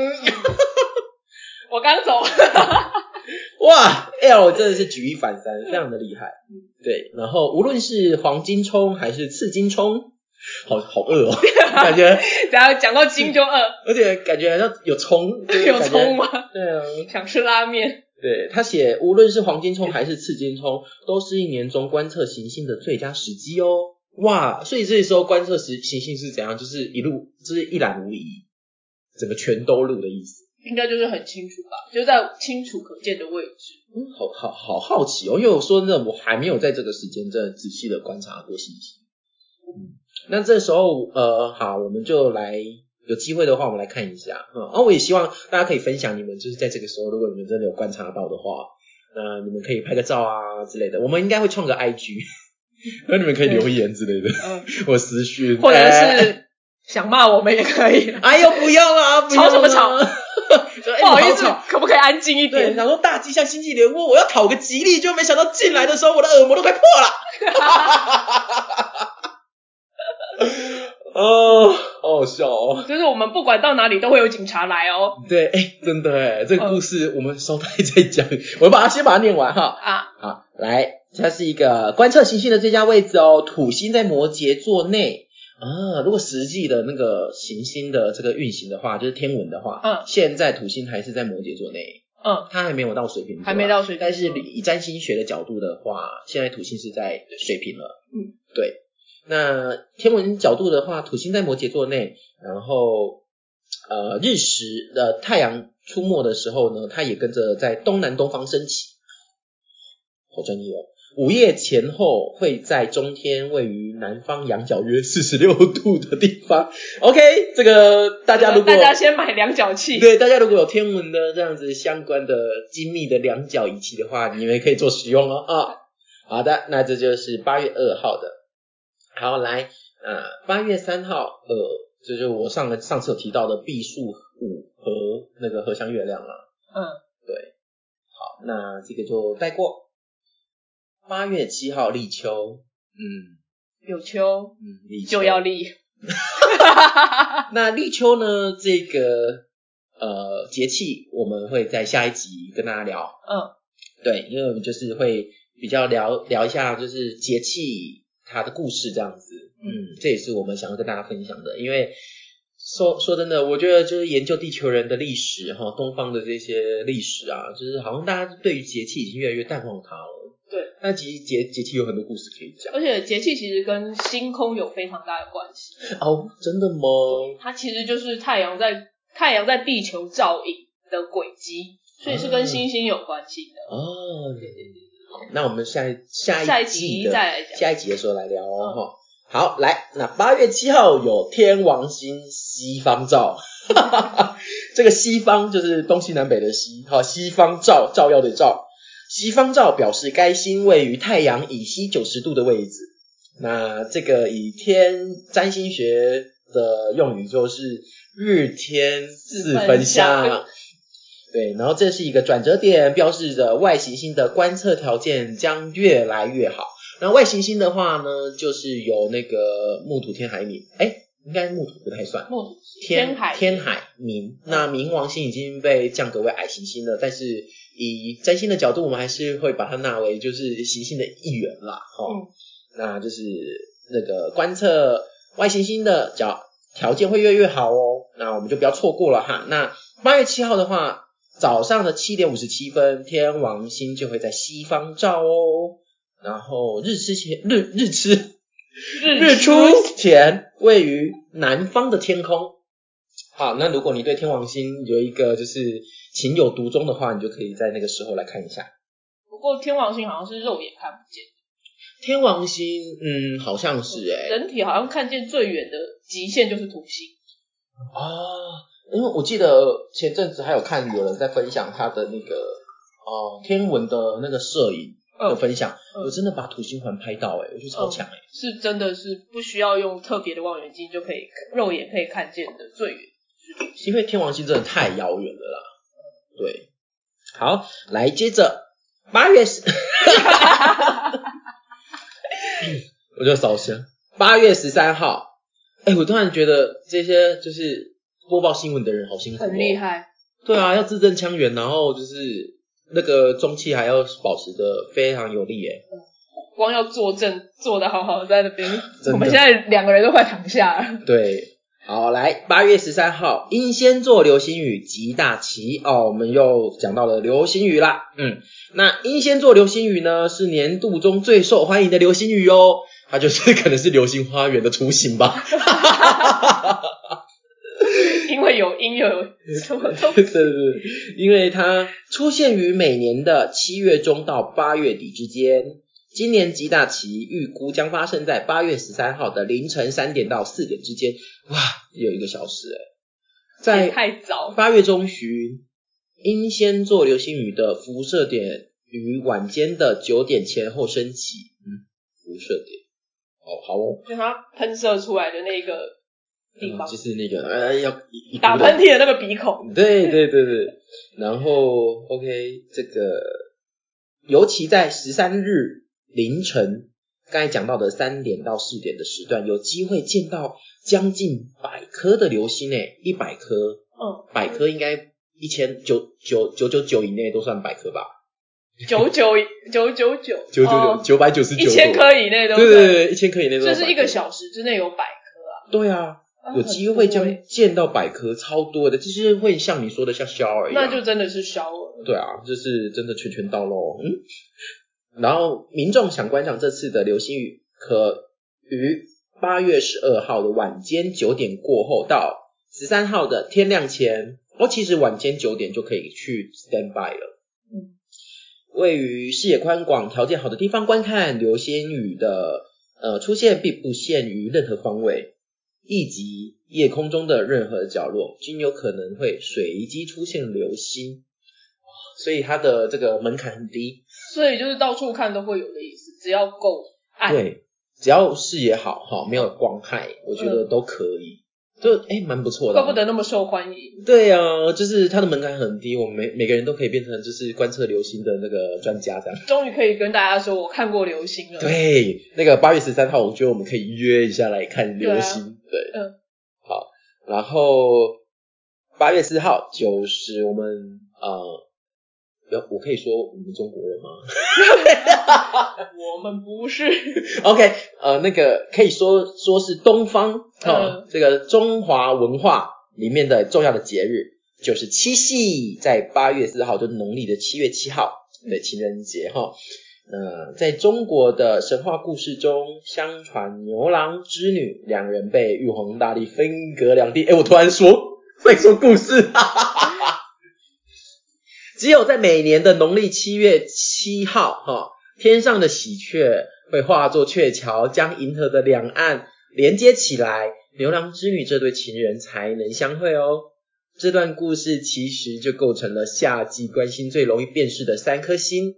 [SPEAKER 2] 我刚走，
[SPEAKER 1] 哇，L 真的是举一反三，非常的厉害。对，然后无论是黄金冲还是赤金冲，好好 饿哦，感觉，
[SPEAKER 2] 然后讲到经就饿，
[SPEAKER 1] 而且感觉好像有冲，就是
[SPEAKER 2] 有
[SPEAKER 1] 感觉
[SPEAKER 2] 葱吗？
[SPEAKER 1] 对啊，
[SPEAKER 2] 想吃拉面，
[SPEAKER 1] 对他写，无论是黄金冲还是赤金冲，都是一年中观测行星的最佳时机哦。哇，所以这时候观测时行星是怎样？就是一路就是一览无遗，整个全都录的意思。
[SPEAKER 2] 应该就是很清楚吧，就在清楚可见的位置。
[SPEAKER 1] 嗯，好好好好奇哦，因为我说真的，我还没有在这个时间真的仔细的观察过信息。嗯，那这时候呃，好，我们就来有机会的话，我们来看一下。嗯，哦，我也希望大家可以分享你们就是在这个时候，如果你们真的有观察到的话，那你们可以拍个照啊之类的。我们应该会创个 IG，那你们可以留言之 类的，
[SPEAKER 2] 嗯，
[SPEAKER 1] 或私讯，
[SPEAKER 2] 或者
[SPEAKER 1] 哎
[SPEAKER 2] 是想骂我们也可以。
[SPEAKER 1] 哎呦不要啦，不要啦
[SPEAKER 2] 吵什么吵
[SPEAKER 1] 说哎
[SPEAKER 2] 不好意
[SPEAKER 1] 你
[SPEAKER 2] 思
[SPEAKER 1] 吵，
[SPEAKER 2] 可不可以安静一
[SPEAKER 1] 对，
[SPEAKER 2] 点？
[SPEAKER 1] 想说大吉像星际连窝，我要讨个吉利，就没想到进来的时候我的耳膜都快破了。 哦，好好笑哦！
[SPEAKER 2] 就是我们不管到哪里都会有警察来哦。
[SPEAKER 1] 对，哎、真的哎，这个故事我们稍待再讲，我把它先把它念完哈。
[SPEAKER 2] 啊，
[SPEAKER 1] 好，来，它是一个观测行星的最佳位置哦，土星在摩羯座内。啊，如果实际的那个行星的这个运行的话，就是天文的话，
[SPEAKER 2] 嗯
[SPEAKER 1] 现在土星还是在摩羯座内，
[SPEAKER 2] 嗯，
[SPEAKER 1] 它还没有到水瓶座啊，
[SPEAKER 2] 还没到水瓶座
[SPEAKER 1] 但是以占星学的角度的话，现在土星是在水瓶了。
[SPEAKER 2] 嗯，
[SPEAKER 1] 对。那天文角度的话，土星在摩羯座内，然后呃日食呃太阳出没的时候呢，它也跟着在东南东方升起。好专业哦！午夜前后会在中天位于南方仰角约四十六度的地方。OK，这个大家如果
[SPEAKER 2] 大家先买量角器，
[SPEAKER 1] 对，大家如果有天文的这样子相关的精密的量角仪器的话，你们可以做使用哦啊。好的，那这就是八月二号的。好，来，呃，八月三号，呃，这就是我上个上次有提到的毕宿五和那个合相月亮啦。啊
[SPEAKER 2] 嗯，
[SPEAKER 1] 对，好，那这个就带过。八月七号立秋，
[SPEAKER 3] 嗯
[SPEAKER 2] 有秋
[SPEAKER 3] 嗯，
[SPEAKER 1] 立秋
[SPEAKER 2] 就要立。
[SPEAKER 1] 那立秋呢？这个呃节气，我们会在下一集跟大家聊。
[SPEAKER 2] 嗯，
[SPEAKER 1] 对，因为我们就是会比较聊聊一下，就是节气它的故事这样子。嗯，这也是我们想要跟大家分享的。因为说说真的，我觉得就是研究地球人的历史哈，东方的这些历史啊，就是好像大家对于节气已经越来越淡忘它了。
[SPEAKER 2] 对，
[SPEAKER 1] 那其实节节气有很多故事可以讲
[SPEAKER 2] 而且节气其实跟星空有非常大的关系，
[SPEAKER 1] 哦，真的吗？
[SPEAKER 2] 它其实就是太阳在太阳在地球照影的轨迹，所以是
[SPEAKER 1] 嗯
[SPEAKER 2] 跟星星有关系的。
[SPEAKER 1] 哦，对对对。好，那我们下一下
[SPEAKER 2] 下
[SPEAKER 1] 一
[SPEAKER 2] 一
[SPEAKER 1] 季
[SPEAKER 2] 集啊
[SPEAKER 1] 的
[SPEAKER 2] 再来讲
[SPEAKER 1] 下一集的时候来聊哦。
[SPEAKER 2] 嗯
[SPEAKER 1] 哈、好，来，那八月七号有天王星西方照， 这个西方就是东西南北的西，好，西方照照耀的照，西方照表示该星位于太阳以西九十度的位置。那这个以天占星学的用语就是日天四分
[SPEAKER 2] 四分
[SPEAKER 1] 相
[SPEAKER 2] 相，
[SPEAKER 1] 对，然后这是一个转折点，标示着外行星的观测条件将越来越好。那外行星的话呢，就是有那个木土天海冥，哎，应该木土不太算，
[SPEAKER 2] 木
[SPEAKER 1] 天
[SPEAKER 2] 天海
[SPEAKER 1] 天海冥。那冥王星已经被降格为矮行星了，但是以占星的角度，我们还是会把它纳为就是行星的一员啦。
[SPEAKER 2] 嗯
[SPEAKER 1] 哦，那就是那个观测外行星的角条件会越来越好哦。那我们就不要错过了哈。那八月七号的话，早上的七点五十七分，天王星就会在西方照哦。然后日吃前日日吃日出前位于南方的天空。好，那如果你对天王星有一个就是情有独钟的话，你就可以在那个时候来看一下
[SPEAKER 2] 不过天王星好像是肉眼看不见，
[SPEAKER 1] 天王星。嗯，好像是诶、
[SPEAKER 2] 人体好像看见最远的极限就是土星。
[SPEAKER 1] 啊，因为我记得前阵子还有看有人在分享他的那个哦、天文的那个摄影的
[SPEAKER 2] 嗯，
[SPEAKER 1] 分享，
[SPEAKER 2] 嗯
[SPEAKER 1] 有真的把土星环拍到欸诶、我觉得超强诶、
[SPEAKER 2] 是真的是不需要用特别的望远镜就可以肉眼可以看见的最远。
[SPEAKER 1] 因为天王星真的太遥远了啦。对，好，来接着八月 十，我就扫兴。八月十三号，哎、我突然觉得这些就是播报新闻的人好辛苦、哦，
[SPEAKER 2] 很厉。害，
[SPEAKER 1] 对啊，要字正腔圆，然后就是那个中气还要保持的非常有力耶。
[SPEAKER 2] 光要坐正坐的好好在那边
[SPEAKER 1] 真的，
[SPEAKER 2] 我们现在两个人都快躺下了。
[SPEAKER 1] 对，好，来八月十三号，英仙座流星雨极大期哦，我们又讲到了流星雨啦。嗯，那英仙座流星雨呢，是年度中最受欢迎的流星雨哦，它就是 可能是流星花园的雏形吧。
[SPEAKER 2] 因为有因又有什么 都
[SPEAKER 1] 对对对，因为它出现于每年的七月中到八月底之间。今年极大期预估将发生在八月十三号的凌晨三点到四点之间，哇，有一个小时哎，在
[SPEAKER 2] 也太早，
[SPEAKER 1] 八月中旬，英仙座流星雨的辐射点于晚间的九点前后升起。嗯，辐射点。哦，好哦。
[SPEAKER 2] 就它喷射出来的那个地
[SPEAKER 1] 嗯
[SPEAKER 2] 方
[SPEAKER 1] 就，是那个呃，要一
[SPEAKER 2] 打喷。嚏的那个鼻孔，
[SPEAKER 1] 一股的对对对对。然后，OK，这个尤其在十三日凌晨，刚才讲到的三点到四点的时段，有机会见到将近百颗的流星诶，一百颗。
[SPEAKER 2] 嗯，
[SPEAKER 1] 百颗应该一千九九九九九以内都算百颗吧？
[SPEAKER 2] 九九九九九
[SPEAKER 1] 九九九九百九十九，
[SPEAKER 2] 哦一千颗以内都
[SPEAKER 1] 对，
[SPEAKER 2] 是
[SPEAKER 1] 对对对，一千颗以内都
[SPEAKER 2] 这
[SPEAKER 1] 算
[SPEAKER 2] 是一个
[SPEAKER 1] 百颗
[SPEAKER 2] 小时之内有百颗
[SPEAKER 1] 对啊，
[SPEAKER 2] 啊，
[SPEAKER 1] 有机会
[SPEAKER 2] 很多
[SPEAKER 1] 将见到百颗，超多的，就是会像你说的像肖
[SPEAKER 2] 欸
[SPEAKER 1] 尔一样，
[SPEAKER 2] 那就真的是小了。
[SPEAKER 1] 对啊，就是真的拳拳到肉，嗯。然后民众想观赏这次的流星雨，可于八月十二号的晚间九点过后到十三号的天亮前，哦，其实晚间九点就可以去 stand by 了。
[SPEAKER 2] 嗯，
[SPEAKER 1] 位于视野宽广、条件好的地方观看流星雨的呃出现，并不限于任何方位，以及夜空中的任何角落，均有可能会随机出现流星。哦所以它的这个门槛很低，
[SPEAKER 2] 所以就是到处看都会有的意思，只要够暗。
[SPEAKER 1] 对，只要视野好哈，没有光害，我觉得都可以，就哎蛮不错的啊、
[SPEAKER 2] 嗯怪不得那么受欢迎。
[SPEAKER 1] 对啊，就是它的门槛很低，我们每每个人都可以变成就是观测流星的那个专家这样。
[SPEAKER 2] 终于可以跟大家说，我看过流星了。，
[SPEAKER 1] 对，那个八月十三号，我觉得我们可以约一下来看流星。对,、
[SPEAKER 2] 嗯
[SPEAKER 1] 好，然后八月四号九十，我们呃，要我可以说我们中国人吗
[SPEAKER 2] 我们不是，
[SPEAKER 1] ？OK，呃，那个可以说说是东方啊、
[SPEAKER 2] 嗯
[SPEAKER 1] 这个中华文化里面的重要的节日，就是七夕，在八月四号，就农历的七月七号，对，情人节哈。呃，在中国的神话故事中，相传牛郎织女两人被玉皇大帝分隔两地。哎，我突然说 会说故事，哈哈哈哈。只有在每年的农历七月七号，哈，天上的喜鹊会化作鹊桥，将银河的两岸连接起来，牛郎织女这对情人才能相会哦。这段故事其实就构成了夏季观星最容易辨识的三颗星，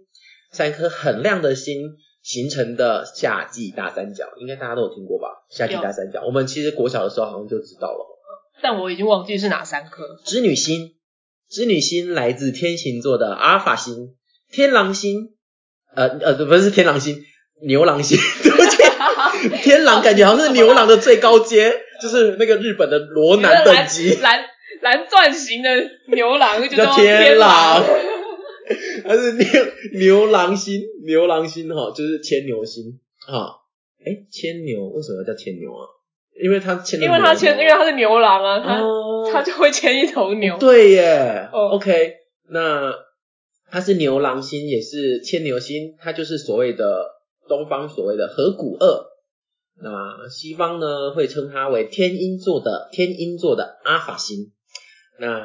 [SPEAKER 1] 三颗很亮的星形成的夏季大三角，应该大家都有听过吧？夏季大三角，我们其实国小的时候好像就知道了。
[SPEAKER 2] 但我已经忘记是哪三颗。
[SPEAKER 1] 织女星，织女星来自天行座的阿尔法星、天狼星，呃呃，不是天狼星，牛郎星， 对不起，天狼感觉好像是牛郎的最高阶，就是那个日本的罗南等级，
[SPEAKER 2] 蓝蓝钻型的 牛郎就
[SPEAKER 1] 叫
[SPEAKER 2] 天
[SPEAKER 1] 天狼，它是牛牛郎星，牛郎星哈，就是牵牛星啊，哎，牵牛为什么要叫牵牛啊？因为他牵了
[SPEAKER 2] 因为他
[SPEAKER 1] 牛
[SPEAKER 2] 牵，
[SPEAKER 1] 嘛
[SPEAKER 2] 因为他是牛郎啊，他、
[SPEAKER 1] 嗯哦
[SPEAKER 2] 他就会牵一头牛。
[SPEAKER 1] 对耶、
[SPEAKER 2] 哦
[SPEAKER 1] o k 那它是牛郎星，也是牵牛星，它就是所谓的东方所谓的合谷二。那西方呢会称它为天鹰座的天鹰座的阿法星。那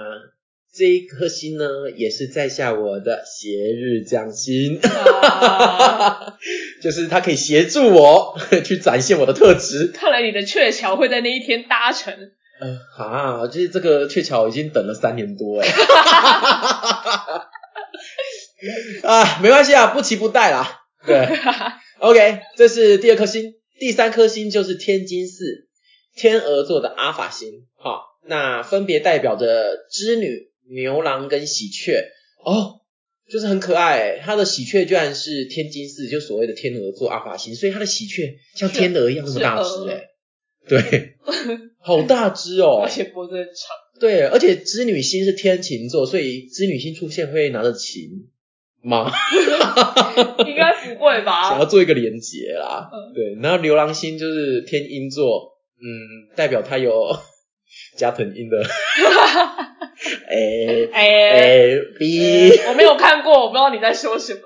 [SPEAKER 1] 这一颗星呢，也是在下我的斜日将星，
[SPEAKER 2] 啊
[SPEAKER 1] 就是它可以协助我 去展现我的特质。
[SPEAKER 2] 看来你的鹊桥会在那一天搭成。
[SPEAKER 1] 呃，啊，就是这个鹊桥已经等了 三年多哎，啊，没关系啊，不期不待啦。对，OK，这是第二颗星，第三颗星就是天津四，天鹅座的阿法星，好，那分别代表着织女、牛郎跟喜鹊哦，就是很可爱欸，它的喜鹊居然是天津四，就所谓的天鹅座阿法星，所以它的喜鹊像天鹅一样那么大
[SPEAKER 2] 是
[SPEAKER 1] 只
[SPEAKER 2] 鹅
[SPEAKER 1] 哎，对。好大只哦
[SPEAKER 2] 而！且脖子很长，
[SPEAKER 1] 对，而且织女星是天琴座，所以织女星出现会拿着琴吗？
[SPEAKER 2] 应该不会
[SPEAKER 1] 想要
[SPEAKER 2] 吧？
[SPEAKER 1] 做一个连结啦。
[SPEAKER 2] 嗯
[SPEAKER 1] 对，然后牛郎星就是天鹰座，嗯，代表他有加藤鹰的， 哎
[SPEAKER 2] 哎、呃
[SPEAKER 1] 哎 B。
[SPEAKER 2] 我没有看过，我不知道你在说什么。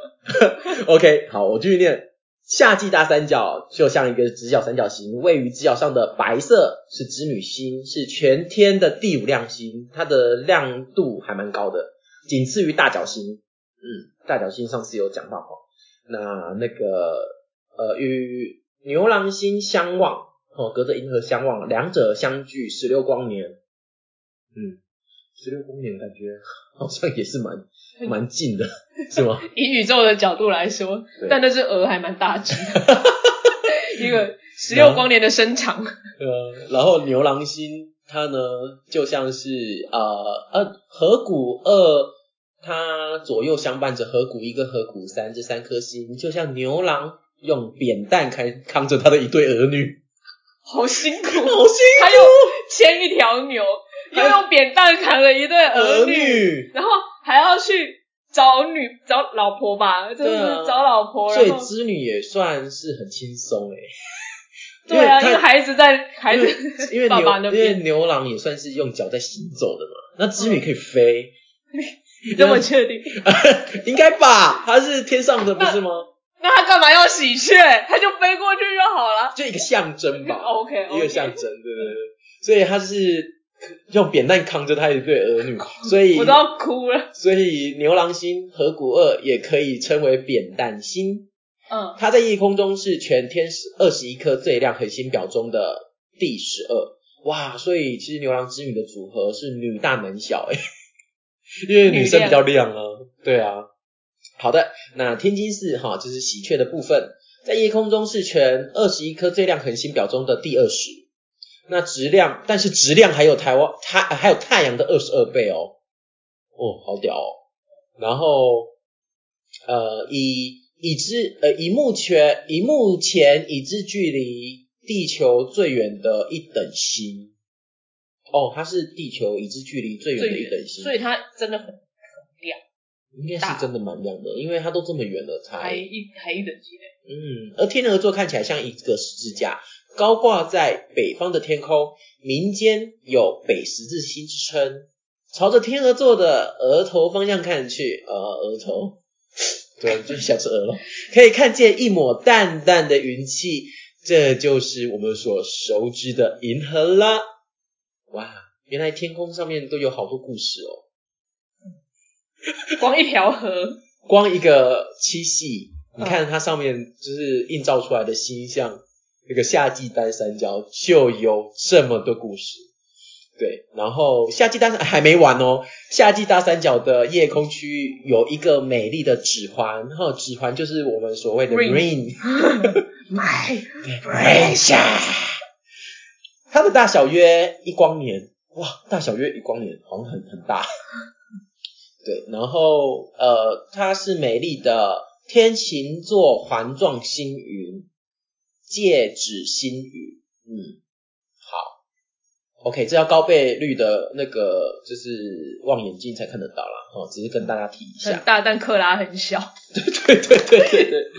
[SPEAKER 1] OK，好，我继续念。夏季大三角就像一个直角三角形，位于直角上的白色是织女星，是全天的第五亮星，它的亮度还蛮高的，仅次于大角星。嗯，大角星上次有讲到哈。那那个呃，与牛郎星相望，哦，隔着银河相望，两者相距十六光年。嗯，十六光年感觉好像也是蛮蛮近的，是吗？
[SPEAKER 2] 以宇宙的角度来说
[SPEAKER 1] 对，
[SPEAKER 2] 但那只鹅还蛮大只 的，一个十六光年的身长。
[SPEAKER 1] 呃，然后牛郎星它呢，就像是呃呃合谷二，它左右相伴着合谷一跟合谷三这三颗星，就像牛郎用扁担扛扛着他的一对儿女，
[SPEAKER 2] 好辛 苦，
[SPEAKER 1] 好辛
[SPEAKER 2] 还有牵一条牛，又用扁担扛了一对
[SPEAKER 1] 苦，
[SPEAKER 2] 儿
[SPEAKER 1] 儿
[SPEAKER 2] 女，
[SPEAKER 1] 女。
[SPEAKER 2] 然后还要去找女找老婆吧，就
[SPEAKER 1] 对啊
[SPEAKER 2] 是找老婆，
[SPEAKER 1] 所以
[SPEAKER 2] 然后
[SPEAKER 1] 织女也算是很轻松诶、因
[SPEAKER 2] 对啊，因
[SPEAKER 1] 他
[SPEAKER 2] 为孩子在孩
[SPEAKER 1] 因
[SPEAKER 2] 子
[SPEAKER 1] 为因为
[SPEAKER 2] 爸
[SPEAKER 1] 牛
[SPEAKER 2] 爸那
[SPEAKER 1] 因为
[SPEAKER 2] 边，啊
[SPEAKER 1] 牛郎也算是用脚在行走的嘛，那织女可以飞，
[SPEAKER 2] 你这么确定？
[SPEAKER 1] 应该吧？它是天上的不是吗？
[SPEAKER 2] 那他干嘛要喜鹊？他就飞过去就好了。 哦
[SPEAKER 1] 就一个象征吧。
[SPEAKER 2] OK，
[SPEAKER 1] 一个象征，对对对。所以它是用扁担扛着他一对儿女，所以
[SPEAKER 2] 我都要哭了。
[SPEAKER 1] 所以牛郎星和谷二也可以称为扁担星，
[SPEAKER 2] 嗯
[SPEAKER 1] 它在夜空中是全天使二十一颗最亮恒星表中的第十二。哇，所以其实牛郎织女的组合是女大男小诶、 因为女生比较亮啊。对啊，好的，那天津市哈就是喜鹊的部分，在夜空中是全二十一颗最亮恒星表中的第二十。那质量，但是质量还有台湾太还有太阳的二十二倍哦，哦，好屌哦。然后呃，以已知呃以目前以目前已知距离地球最远的一等星，哦，它是地球已知距离最远的一等星，
[SPEAKER 2] 所以它真的很亮，
[SPEAKER 1] 应该是真的蛮亮的，因为它都这么远了
[SPEAKER 2] 还
[SPEAKER 1] 才
[SPEAKER 2] 一还一等级嘞。
[SPEAKER 1] 嗯，而天鹅座看起来像一个十字架，高挂在北方的天空，民间有北十字星之称。朝着天鹅座的额头方向看去，呃，额头，对，就是想吃鹅了，可以看见一抹淡淡的云气，这就是我们所熟知的银河啦。哇，原来天空上面都有好多故事哦。
[SPEAKER 2] 光一条河，
[SPEAKER 1] 光一个七系，你看它上面就是映照出来的星象，那个夏季单三角就有这么多故事。对，然后夏季大三还没完哦，夏季大三角的夜空区域有一个美丽的指环，然后指环就是我们所谓的
[SPEAKER 2] Ring
[SPEAKER 1] ring，
[SPEAKER 2] 买
[SPEAKER 1] Bracia 它的大小约一光年，哇，大小约一光年，好像很很 大。对，然后呃，它是美丽的天琴座环状星云，戒指星云，嗯，好，OK，这要高倍率的那个就是望远镜才看得到啦，哦，只是跟大家提一
[SPEAKER 2] 很
[SPEAKER 1] 下，
[SPEAKER 2] 大，但克拉很小，
[SPEAKER 1] 对对对对对。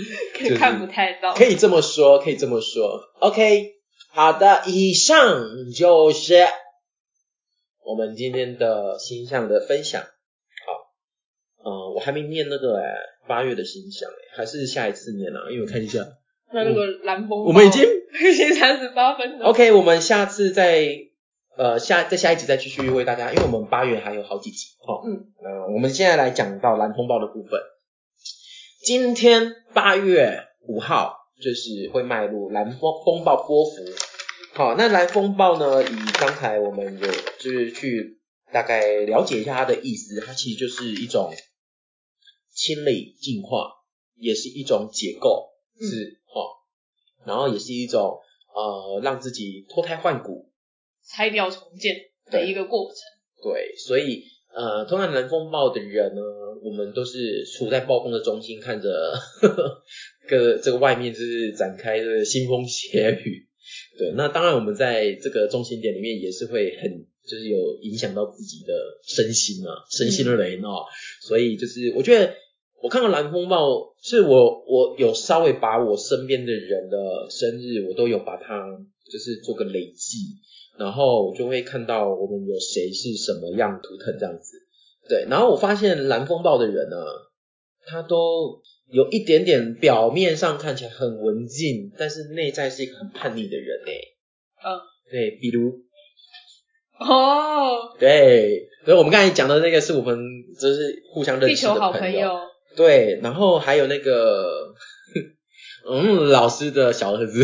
[SPEAKER 1] 就是
[SPEAKER 2] 看不太到。
[SPEAKER 1] 可以这么说，可以这么说。OK，好的，以上就是我们今天的星象的分享。好，呃，我还没念那个哎、八月的星象哎、还是下一次念啊，因为我看一下。
[SPEAKER 2] 那那个蓝风暴，
[SPEAKER 1] 我们已经
[SPEAKER 2] 已经三十八分了。
[SPEAKER 1] OK，我们下次再呃下在下一集再继续为大家，因为我们八月还有好几集哦。
[SPEAKER 2] 嗯，
[SPEAKER 1] 那我们现在来讲到蓝风暴的部分。今天八月五号就是会迈入蓝风风暴波幅。好，那蓝风暴呢？以刚才我们有就是去大概了解一下它的意思，它其实就是一种清理、净化，也是一种解构，
[SPEAKER 2] 嗯
[SPEAKER 1] 是哦，然后也是一种呃让自己脱胎换骨，
[SPEAKER 2] 拆掉重建的一个过程。
[SPEAKER 1] 对，所以呃，通常蓝风暴的人呢，我们都是处在暴风的中心，看着 个这个外面就是展开的腥风血雨。对，那当然我们在这个中心点里面也是会很就是有影响到自己的身心啊，身心灵哦。所以就是我觉得我看到蓝风暴，是我我有稍微把我身边的人的生日，我都有把它就是做个累计，然后我就会看到我们有谁是什么样图腾这样子。对，然后我发现蓝风暴的人呢、他都有一点点表面上看起来很文静，但是内在是一个很叛逆的人诶、
[SPEAKER 2] 嗯，
[SPEAKER 1] 对，比如嗯
[SPEAKER 2] 哦，
[SPEAKER 1] 对，所以我们刚才讲的那个是我们就是互相认
[SPEAKER 2] 地
[SPEAKER 1] 识的
[SPEAKER 2] 球好
[SPEAKER 1] 朋
[SPEAKER 2] 朋
[SPEAKER 1] 友，
[SPEAKER 2] 友，
[SPEAKER 1] 对，然后还有那个嗯老师的小儿子。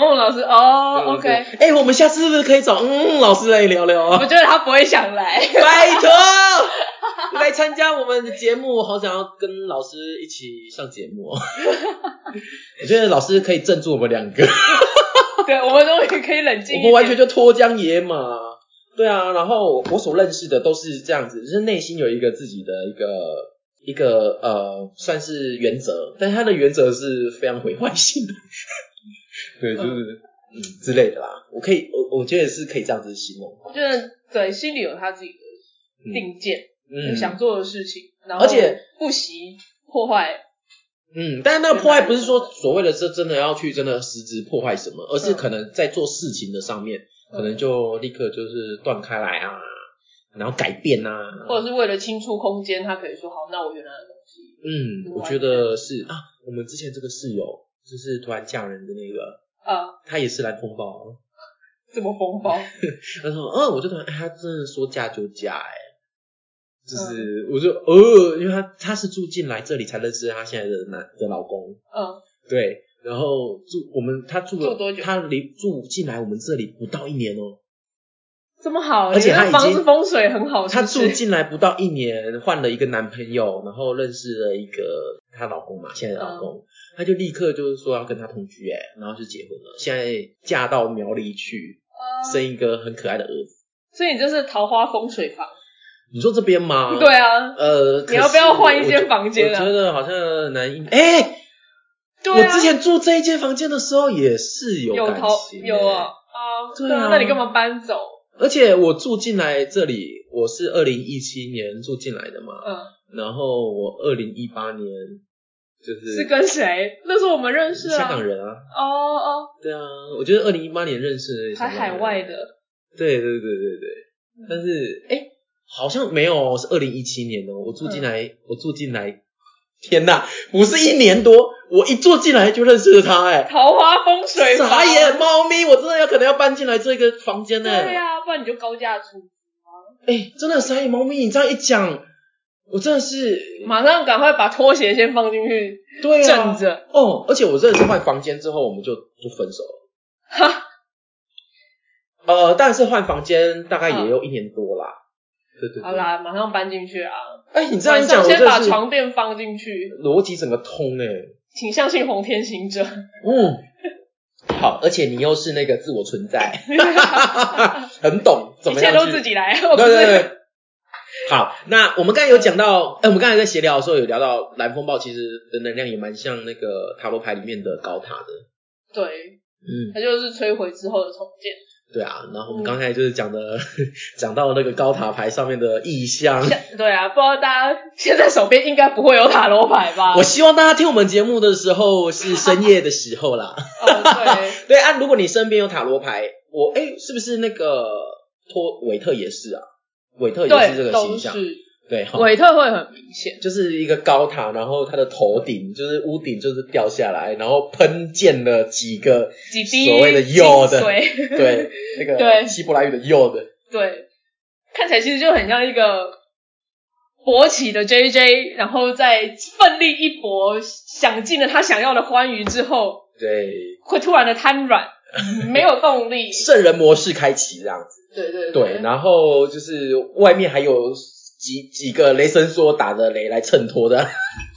[SPEAKER 2] 哦，老师，哦
[SPEAKER 1] 对
[SPEAKER 2] ，OK，
[SPEAKER 1] 哎、我们下次是不是可以找嗯老师来聊聊
[SPEAKER 2] 我
[SPEAKER 1] 啊？
[SPEAKER 2] 觉得他不会想来。
[SPEAKER 1] 拜托，你来参加我们的节目，我好想要跟老师一起上节目哦。 我觉得老师可以镇住我们两个，
[SPEAKER 2] 对，我们终于可以冷静
[SPEAKER 1] 我
[SPEAKER 2] 一
[SPEAKER 1] 们
[SPEAKER 2] 点。
[SPEAKER 1] 完全就脱缰野马。对啊，然后我所认识的都是这样子，就是内心有一个自己的一个一个呃，算是原则，但是他的原则是非常毁坏性的。 对，就是嗯之类的啦。我可以，我我觉得是可以这样子形容。
[SPEAKER 2] 就是对心里有他自己的
[SPEAKER 1] 嗯
[SPEAKER 2] 定见，
[SPEAKER 1] 嗯，
[SPEAKER 2] 想做的事情，然后
[SPEAKER 1] 而且
[SPEAKER 2] 不惜破坏。
[SPEAKER 1] 嗯，但是那个破坏不是说所谓的这真的要去真的实质破坏什么，而是可能在做事情的上面，
[SPEAKER 2] 嗯
[SPEAKER 1] 可能就立刻就是断开来啊，然后改变啊，
[SPEAKER 2] 嗯或者是为了清出空间，他可以说好，那我原来的东西，
[SPEAKER 1] 嗯，我觉得是啊，我们之前这个室友就是突然嫁人的那个，
[SPEAKER 2] 呃，
[SPEAKER 1] 他也是蓝风暴，
[SPEAKER 2] 这么风 暴，
[SPEAKER 1] 啊他说，嗯，我就突然，哎他真的说嫁就嫁、哎，就是
[SPEAKER 2] 嗯
[SPEAKER 1] 我就呃，因为他他是住进来这里才认识他现在的男的老公，
[SPEAKER 2] 嗯，
[SPEAKER 1] 对，然后住我们他住了
[SPEAKER 2] 住多久
[SPEAKER 1] 他离住进来我们这里不到一年哦，
[SPEAKER 2] 这么好，
[SPEAKER 1] 而且
[SPEAKER 2] 你那
[SPEAKER 1] 他已
[SPEAKER 2] 房
[SPEAKER 1] 经
[SPEAKER 2] 子风水很好，
[SPEAKER 1] 他
[SPEAKER 2] 哦是不
[SPEAKER 1] 住
[SPEAKER 2] 是
[SPEAKER 1] 进来不到一年，换了一个男朋友，然后认识了一个她老公嘛，现在的老
[SPEAKER 2] 嗯
[SPEAKER 1] 公，他就立刻就是说要跟他同居、哎，然后就结婚了，现在嫁到苗栗去，
[SPEAKER 2] 嗯
[SPEAKER 1] 生一个很可爱的儿子。
[SPEAKER 2] 所以你这是桃花风水房，
[SPEAKER 1] 你说这边吗？
[SPEAKER 2] 对，啊，
[SPEAKER 1] 呃，
[SPEAKER 2] 你要不要换一间
[SPEAKER 1] 房
[SPEAKER 2] 房间
[SPEAKER 1] 我觉
[SPEAKER 2] 啊？
[SPEAKER 1] 得好像男一，哎、
[SPEAKER 2] 对
[SPEAKER 1] 我
[SPEAKER 2] 啊
[SPEAKER 1] 之，前住这一间房间的时候也是有
[SPEAKER 2] 有
[SPEAKER 1] 感
[SPEAKER 2] 桃
[SPEAKER 1] 情、
[SPEAKER 2] 有啊
[SPEAKER 1] 啊。
[SPEAKER 2] 啊，
[SPEAKER 1] 对啊
[SPEAKER 2] 对啊，那你干嘛搬走？
[SPEAKER 1] 而且我住进来这里，我是二零一七年住进来的嘛，
[SPEAKER 2] 嗯，
[SPEAKER 1] 然后我二零一八年就是
[SPEAKER 2] 是跟谁？那时候我们认识啊，
[SPEAKER 1] 香港人啊，
[SPEAKER 2] 哦哦，
[SPEAKER 1] 对啊，我觉得二零一八年认识的
[SPEAKER 2] 还
[SPEAKER 1] 香港人
[SPEAKER 2] 海外，的，嗯
[SPEAKER 1] 对对对对对，但是哎、诶好像没有哦，是二零一七年哦，我住进
[SPEAKER 2] 嗯
[SPEAKER 1] 来，我住进来，天呐，不是一年多，我一住进来就认识了他、诶
[SPEAKER 2] 桃花风
[SPEAKER 1] 哎，
[SPEAKER 2] 水房，
[SPEAKER 1] 傻眼，猫咪，我真的要可能要搬进来这个房间呢、
[SPEAKER 2] 对啊呀、不然你就高价出，
[SPEAKER 1] 哎、真的傻眼猫咪，你这样一讲，我真的是
[SPEAKER 2] 马上赶快把拖鞋先放进去，
[SPEAKER 1] 对
[SPEAKER 2] 嗯震
[SPEAKER 1] 啊，
[SPEAKER 2] 着，
[SPEAKER 1] 哦，而且我认识换房间之后，我们就就分手了。
[SPEAKER 2] 哈，
[SPEAKER 1] 呃，但是换房间大概也有一年多啦。对对对。
[SPEAKER 2] 好啦，马上搬进去啊，
[SPEAKER 1] 哎、你这样一
[SPEAKER 2] 晚
[SPEAKER 1] 讲，
[SPEAKER 2] 上
[SPEAKER 1] 我
[SPEAKER 2] 先
[SPEAKER 1] 真
[SPEAKER 2] 把
[SPEAKER 1] 的是
[SPEAKER 2] 床垫放进去，
[SPEAKER 1] 逻辑整个通哎、
[SPEAKER 2] 请相信红天 行者，
[SPEAKER 1] 嗯。好，而且你又是那个自我存 在， 很懂怎
[SPEAKER 2] 一
[SPEAKER 1] 么
[SPEAKER 2] 切
[SPEAKER 1] 样
[SPEAKER 2] 都
[SPEAKER 1] 去
[SPEAKER 2] 自己来，我 不
[SPEAKER 1] 对
[SPEAKER 2] 是
[SPEAKER 1] 对对。好，那我们刚才有讲到，哎、我们刚才在闲聊的时候有聊到蓝风暴其实的能量也蛮像那个塔罗牌里面的高塔的，
[SPEAKER 2] 对，
[SPEAKER 1] 嗯，
[SPEAKER 2] 它就是摧毁之后的重建。
[SPEAKER 1] 对啊。然后我们刚才就是讲的， 讲到那个高塔牌上面的意 象，
[SPEAKER 2] 像 对啊，不知道大家现在手边应该不会有塔罗牌吧？
[SPEAKER 1] 我希望大家听我们节目的时候是深夜的时候 啦。
[SPEAKER 2] 哦，对，
[SPEAKER 1] 对啊，如果你身边有塔罗牌，我哎、是不是那个托韦特也是啊？韦特 也是这
[SPEAKER 2] 对，
[SPEAKER 1] 个
[SPEAKER 2] 都
[SPEAKER 1] 形
[SPEAKER 2] 是
[SPEAKER 1] 象，哦对哈，
[SPEAKER 2] 韦特会很明显，
[SPEAKER 1] 就是一个高塔，然后它的头顶就是屋顶就是掉下来，然后喷溅了几个
[SPEAKER 2] 几滴
[SPEAKER 1] 所谓的右的
[SPEAKER 2] 精髓
[SPEAKER 1] 对那个
[SPEAKER 2] 对
[SPEAKER 1] 希伯来语的 “yo” 的，
[SPEAKER 2] 对，看起来其实就很像一个勃起的 JJ，然后在奋力一搏，享尽了他想要的欢愉之后，
[SPEAKER 1] 对，
[SPEAKER 2] 会突然的瘫软， 没有动力。
[SPEAKER 1] 圣人模式开启这样子。
[SPEAKER 2] 对对
[SPEAKER 1] 对，然后就是外面还有几几个雷神说打着雷来衬托 的。哦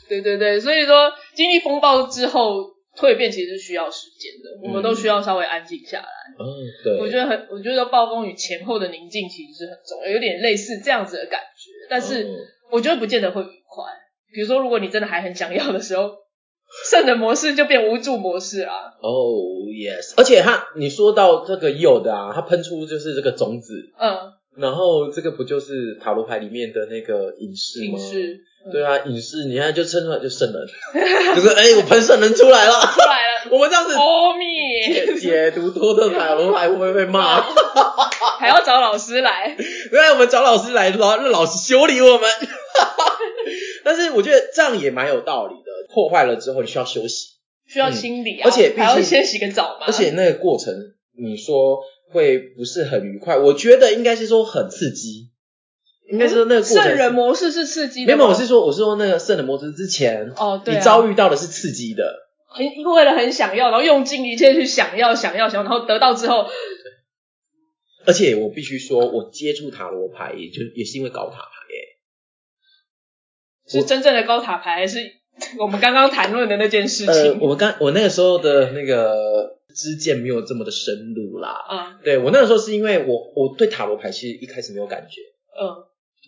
[SPEAKER 2] 对对对，所以说经历风暴之后。蜕变其实是需要时间的，我们都需要稍微安静下来。
[SPEAKER 1] 嗯，对，
[SPEAKER 2] 我觉得很，我觉得暴风雨前后的宁静其实是很重要，有点类似这样子的感觉。但是
[SPEAKER 1] 嗯
[SPEAKER 2] 我觉得不见得会愉快。比如说，如果你真的还很想要的时候，圣人模式就变无助模式啊啦。
[SPEAKER 1] 哦、yes，而且它你说到这个有的啊，它喷出就是这个种子，
[SPEAKER 2] 嗯，
[SPEAKER 1] 然后这个不就是塔罗牌里面的那个隐士吗？
[SPEAKER 2] 情绪
[SPEAKER 1] 对啊，隐士，你看就称出来就圣人， 就是哎、我喷圣人出来了。
[SPEAKER 2] 出来了，
[SPEAKER 1] 我们这样子
[SPEAKER 2] 阿弥，
[SPEAKER 1] 解解读多特塔罗牌会不会被骂？
[SPEAKER 2] 哦还要找老师来。
[SPEAKER 1] 原来我们找老师来，老让老师修理我们。 但是我觉得这样也蛮有道理的，破坏了之后你需要休息。
[SPEAKER 2] 需要清理啊，
[SPEAKER 1] 嗯而且毕竟
[SPEAKER 2] 还要先洗个澡嘛。
[SPEAKER 1] 而且那个过程，你说会不是很愉快？我觉得应该是说很刺激，应该是说那个过程是。
[SPEAKER 2] 嗯圣人模式是刺激
[SPEAKER 1] 没
[SPEAKER 2] 的
[SPEAKER 1] 有，
[SPEAKER 2] 吗，
[SPEAKER 1] 没有我是说，我是说那个圣人模式之前，
[SPEAKER 2] 哦，对、啊，
[SPEAKER 1] 你遭遇到的是刺激的，
[SPEAKER 2] 很因为了很想要，然后用尽一切去想要，想要，想要，然后得到之后，
[SPEAKER 1] 而且我必须说，我接触塔罗牌也就也是因为搞塔牌耶。
[SPEAKER 2] 是真正的高塔牌，还是 我们刚刚谈论的那件事
[SPEAKER 1] 呃，
[SPEAKER 2] 情
[SPEAKER 1] 我刚我那个时候的那个知见没有这么的深入啦。
[SPEAKER 2] 啊？
[SPEAKER 1] 对呃我那个时候是因为我我对塔罗牌其实一开始没有感觉，
[SPEAKER 2] 嗯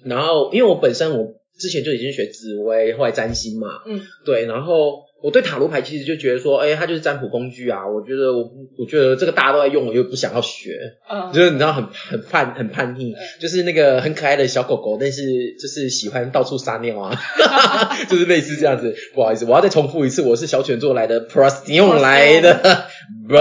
[SPEAKER 1] 然后因为我本身我之前就已经学紫薇，后来占星嘛，
[SPEAKER 2] 嗯
[SPEAKER 1] 对，然后我对塔罗牌其实就觉得说，哎、它就是占卜工具啊。我觉得我不我觉得这个大家都在用，我又不想要学，
[SPEAKER 2] 嗯，
[SPEAKER 1] 就是你知道很很叛很叛逆，就是那个很可爱的小狗狗，但是就是喜欢到处撒尿啊， 就是类似这样子。不好意思，我要再重复一次，我是小犬座来的 p r o s t i o n 来的，不。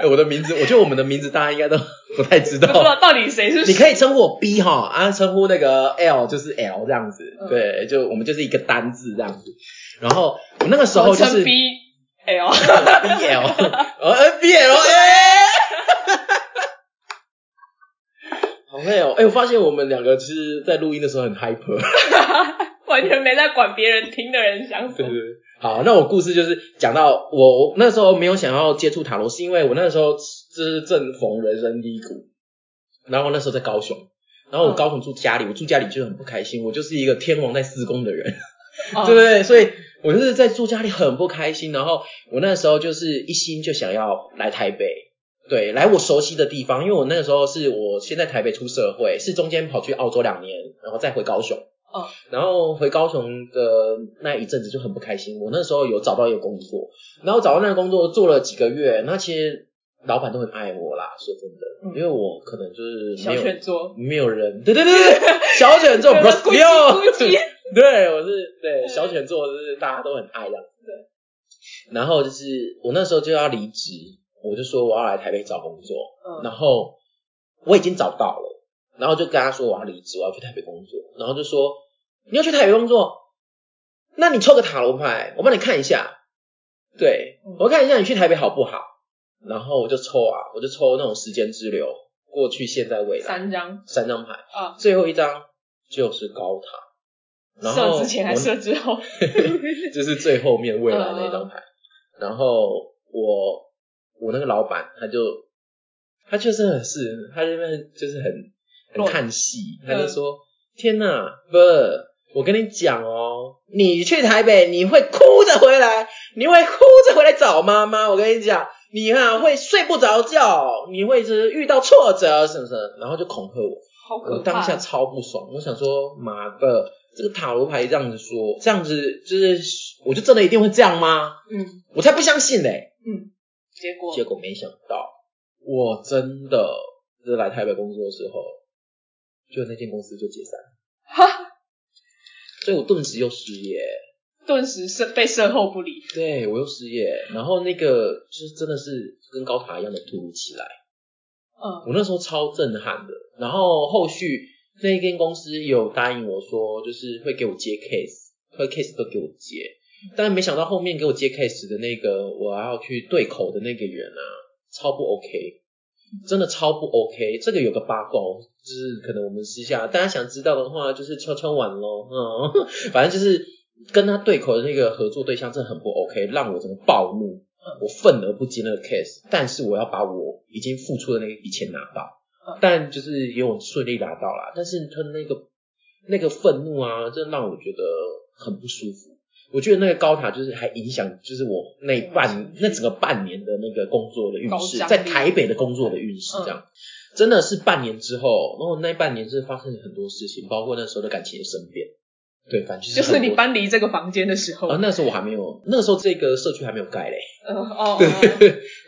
[SPEAKER 1] 哎，我的名字，我觉得我们的名字大家应该都 不太知
[SPEAKER 2] 不知
[SPEAKER 1] 道。
[SPEAKER 2] 道到底谁是
[SPEAKER 1] 哦你
[SPEAKER 2] 谁。
[SPEAKER 1] 可以称呼我 B 哈，啊，称呼那个 L 就是 L 这样子，
[SPEAKER 2] 嗯
[SPEAKER 1] 对，就我们就是一个单字这样子。然后我那个时候
[SPEAKER 2] 我
[SPEAKER 1] 就
[SPEAKER 2] 称
[SPEAKER 1] 是
[SPEAKER 2] B 哎 L，
[SPEAKER 1] BL，哦 BL，哎，好累哦！哎，我发现我们两个其实，在录音的时候很 hyper。
[SPEAKER 2] 完全没在管别人听的人想什
[SPEAKER 1] 对对
[SPEAKER 2] 么。
[SPEAKER 1] 对，好，那我故事就是讲到我我那时候没有想要接触塔罗，是因为我那时候就是正逢人生低谷，然后我那时候在高雄，然后我高雄住家里，我住家里就很不开心，我就是一个天王在四宫的人，
[SPEAKER 2] 哦
[SPEAKER 1] 对不 对？所以我就是在住家里很不开心，然后我那时候就是一心就想要来台北。对，来我熟悉的地方，因为我那个时候是我先在台北出社会，是中间跑去澳洲两年，然后再回高雄。
[SPEAKER 2] 哦
[SPEAKER 1] 然后回高雄的那一阵子就很不开心。我那时候有找到一个工作，然后找到那个工作做了几个月，那其实老板都很爱我啦，说真的，
[SPEAKER 2] 嗯
[SPEAKER 1] 因为我可能就是
[SPEAKER 2] 小
[SPEAKER 1] 没有
[SPEAKER 2] 犬座，
[SPEAKER 1] 没有人，对对对对，对小犬座
[SPEAKER 2] 对
[SPEAKER 1] b r o
[SPEAKER 2] 咕
[SPEAKER 1] s
[SPEAKER 2] 叽
[SPEAKER 1] l
[SPEAKER 2] 咕叽
[SPEAKER 1] 对，我是对小犬座，就是大家都很爱这样子。对，然后就是我那时候就要离职，我就说我要来台北找工作，然
[SPEAKER 2] 嗯，
[SPEAKER 1] 后我已经找到了，然后就跟他说我要离职，我要去台北工作，然后就说你要去台北工作，那你抽个塔罗牌，我帮你看一下，对
[SPEAKER 2] 嗯
[SPEAKER 1] 我看一下你去台北好不好？然后我就抽啊，我就抽那种时间之流，过去、现在、未来
[SPEAKER 2] 三张
[SPEAKER 1] 三张牌，
[SPEAKER 2] 啊，
[SPEAKER 1] 最后一张就是高塔，然后
[SPEAKER 2] 射之前还
[SPEAKER 1] 我
[SPEAKER 2] 射之后，
[SPEAKER 1] 就是最后面未来那张牌。
[SPEAKER 2] 嗯
[SPEAKER 1] 然后我我那个老板他就他就是很是，他这边就是很很
[SPEAKER 2] 乱
[SPEAKER 1] 叹气，
[SPEAKER 2] 嗯
[SPEAKER 1] 他就说：“天呐，不，我跟你讲哦，你去台北你会哭着回来，你会哭着回来找妈妈。我跟你讲。”你啊，会睡不着觉，你会就是遇到挫折什么什么，然后就恐吓我。
[SPEAKER 2] 好
[SPEAKER 1] 我
[SPEAKER 2] 可怕。
[SPEAKER 1] 当下超不爽，我想说，妈的，这个塔罗牌这样子说，这样子就是，我就真的一定会这样吗？
[SPEAKER 2] 嗯
[SPEAKER 1] 我才不相信嘞、
[SPEAKER 2] 嗯，结果
[SPEAKER 1] 结果没想到，我真的就是来台北工作的时候，就那间公司就解散，
[SPEAKER 2] 哈，
[SPEAKER 1] 所以我顿时又失业。
[SPEAKER 2] 顿时是被售后不理。
[SPEAKER 1] 对我又失业，然后那个就是真的是跟高塔一样的突如其来，
[SPEAKER 2] 嗯
[SPEAKER 1] 我那时候超震撼的。然后后续那一间公司有答应我说，就是会给我接 case，会 case 都给我接，但没想到后面给我接 case 的那个，我还要去对口的那个人啊，超不 OK，真的超不 OK。这个有个八卦，就是可能我们私下大家想知道的话，就是敲敲碗咯。嗯，反正就是跟他对口的那个合作对象真的很不 OK，让我整个暴怒。
[SPEAKER 2] 嗯
[SPEAKER 1] 我愤而不接那个 case，但是我要把我已经付出的那一笔钱拿到
[SPEAKER 2] 嗯，
[SPEAKER 1] 但就是也有顺利拿到啦。但是他那个那个愤怒啊，真的让我觉得很不舒服。我觉得那个高塔就是还影响，就是我那半那整个半年的那个工作的运势，
[SPEAKER 2] 嗯高张力嗯
[SPEAKER 1] 在台北的工作的运势这样，真的是半年之后，然后那半年是发生了很多事情，包括那时候的感情的生变，对，反正就是
[SPEAKER 2] 就
[SPEAKER 1] 很
[SPEAKER 2] 是
[SPEAKER 1] 多
[SPEAKER 2] 你搬离这个房间的时候，
[SPEAKER 1] 啊，那时候我还没有，那时候这个社区还没有盖嘞。
[SPEAKER 2] 嗯哦，哦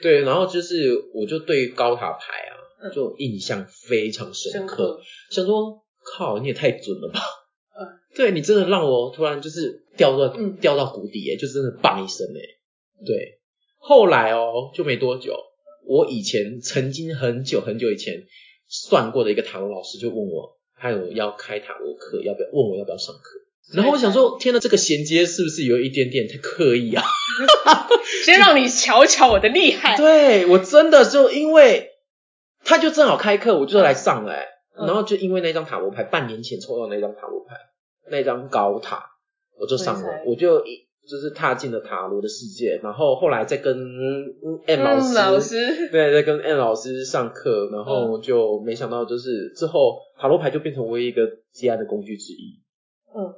[SPEAKER 1] 对，然后就是我就对高塔牌啊，
[SPEAKER 2] 嗯
[SPEAKER 1] 就印象非常深
[SPEAKER 2] 深
[SPEAKER 1] 刻，
[SPEAKER 2] 刻，
[SPEAKER 1] 想说靠，你也太准了吧！
[SPEAKER 2] 嗯
[SPEAKER 1] 对你真的让我突然就是掉到、
[SPEAKER 2] 嗯
[SPEAKER 1] 掉到谷底耶，就真的棒一声哎。对，后来哦，就没多久，我以前曾经很久很久以前算过的一个塔罗老师就问我，他有要开塔罗课，要不要问我要不要上课？然后我想说，天呐，这个衔接是不是有一点点太刻意啊？
[SPEAKER 2] 先让你瞧瞧我的厉害。
[SPEAKER 1] 对我真的就因为他就正好开课，我就来上来、
[SPEAKER 2] 嗯
[SPEAKER 1] 然后就因为那张塔罗牌，半年前抽到那张塔罗牌，那张高塔，我就上
[SPEAKER 2] 所以
[SPEAKER 1] 了
[SPEAKER 2] 才，
[SPEAKER 1] 我就一就是踏进了塔罗的世界，然后后来再跟嗯 M 老师，
[SPEAKER 2] 嗯，老师，
[SPEAKER 1] 对，在跟 M 老师上课，然后就没想到就是之后塔罗牌就变成我一个接案的工具之一，
[SPEAKER 2] 嗯，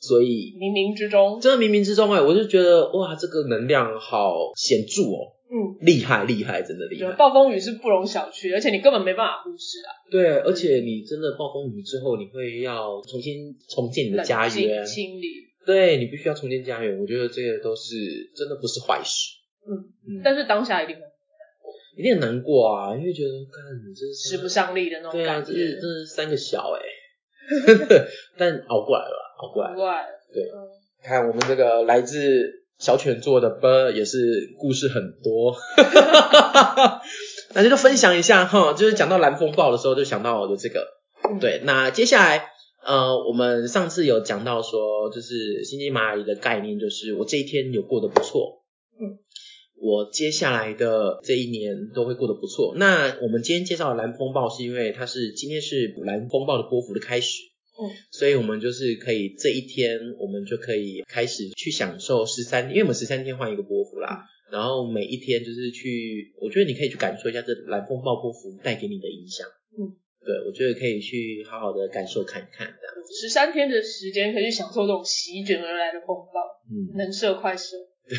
[SPEAKER 1] 所以
[SPEAKER 2] 冥冥之中，
[SPEAKER 1] 真的冥冥之中哎、我就觉得哇，这个能量好显著哦，
[SPEAKER 2] 嗯，
[SPEAKER 1] 厉害厉害，真的
[SPEAKER 2] 我
[SPEAKER 1] 厉
[SPEAKER 2] 觉
[SPEAKER 1] 害
[SPEAKER 2] 得。暴风雨是不容小觑，而且你根本没办法忽视啊。
[SPEAKER 1] 对，而且你真的暴风雨之后，你会要重新重建你的家
[SPEAKER 2] 冷
[SPEAKER 1] 园
[SPEAKER 2] 静，清理，
[SPEAKER 1] 对你必须要重建家园。我觉得这个都是真的不是坏事，
[SPEAKER 2] 嗯，
[SPEAKER 1] 嗯，
[SPEAKER 2] 但是当下一定很
[SPEAKER 1] 一定很难过啊，因为觉得看你这是
[SPEAKER 2] 使不上力的那种
[SPEAKER 1] 对啊，
[SPEAKER 2] 感
[SPEAKER 1] 这是这，
[SPEAKER 2] 觉
[SPEAKER 1] 是三个小哎、 但熬过来了，熬过来了。
[SPEAKER 2] 怪，
[SPEAKER 1] 对
[SPEAKER 2] 嗯，
[SPEAKER 1] 看我们这个来自小犬座的 b 也是故事很多， 那就分享一下哈，就是讲到蓝风暴的时候就想到我的这个，
[SPEAKER 2] 嗯，
[SPEAKER 1] 对，那接下来呃，我们上次有讲到说，就是心机蚂蚁的概念，就是我这一天有过得不错，
[SPEAKER 2] 嗯，
[SPEAKER 1] 我接下来的这一年都会过得不错。那我们今天介绍的蓝风暴，是因为它是今天是蓝风暴的波幅的开始，
[SPEAKER 2] 嗯，
[SPEAKER 1] 所以我们就是可以这一天，我们就可以开始去享受十三，因为我们十三天换一个波幅
[SPEAKER 2] 嗯
[SPEAKER 1] 啦。然后每一天就是去，我觉得你可以去感受一下这蓝风暴波幅带给你的影响。
[SPEAKER 2] 嗯，
[SPEAKER 1] 对，我觉得可以去好好的感受看一看，这样。
[SPEAKER 2] 十三天的时间可以去享受这种席卷而来的风暴，
[SPEAKER 1] 嗯，
[SPEAKER 2] 能射快射。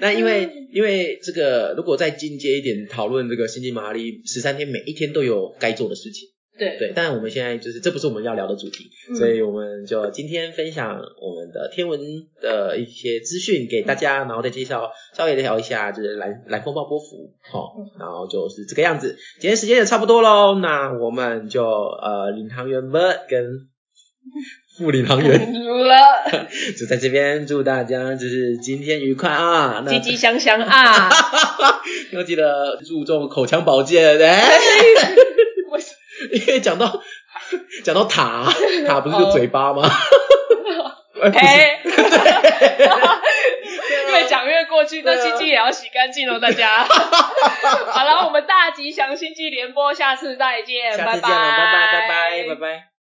[SPEAKER 1] 那因为因为这个，如果再进阶一点讨论这个星际玛丽十三天，每一天都有该做的事情。
[SPEAKER 2] 对
[SPEAKER 1] 对，但我们现在就是这不是我们要聊的主题，
[SPEAKER 2] 嗯
[SPEAKER 1] 所以我们就今天分享我们的天文的一些资讯给大家，然后再介绍稍微聊一下就是蓝蓝风暴波幅，好、
[SPEAKER 2] 嗯
[SPEAKER 1] 然后就是这个样子。今天时间也差不多喽，那我们就呃领航员们跟副领航员
[SPEAKER 2] 如了，
[SPEAKER 1] 就在这边祝大家就是今天愉快啊， 那
[SPEAKER 2] 积极 香香啊！
[SPEAKER 1] 要记得注重口腔保健，哎、
[SPEAKER 2] 为什
[SPEAKER 1] 因为讲到讲到 塔，塔不是就嘴巴吗？ 哎
[SPEAKER 2] 么？哎， 越
[SPEAKER 1] 对啊
[SPEAKER 2] 讲越过去，那
[SPEAKER 1] 对啊
[SPEAKER 2] 鸡鸡也要洗干净哦，大 家。好了，我们大吉祥星际联播，下次再见，
[SPEAKER 1] 下次见了，拜拜拜拜拜拜。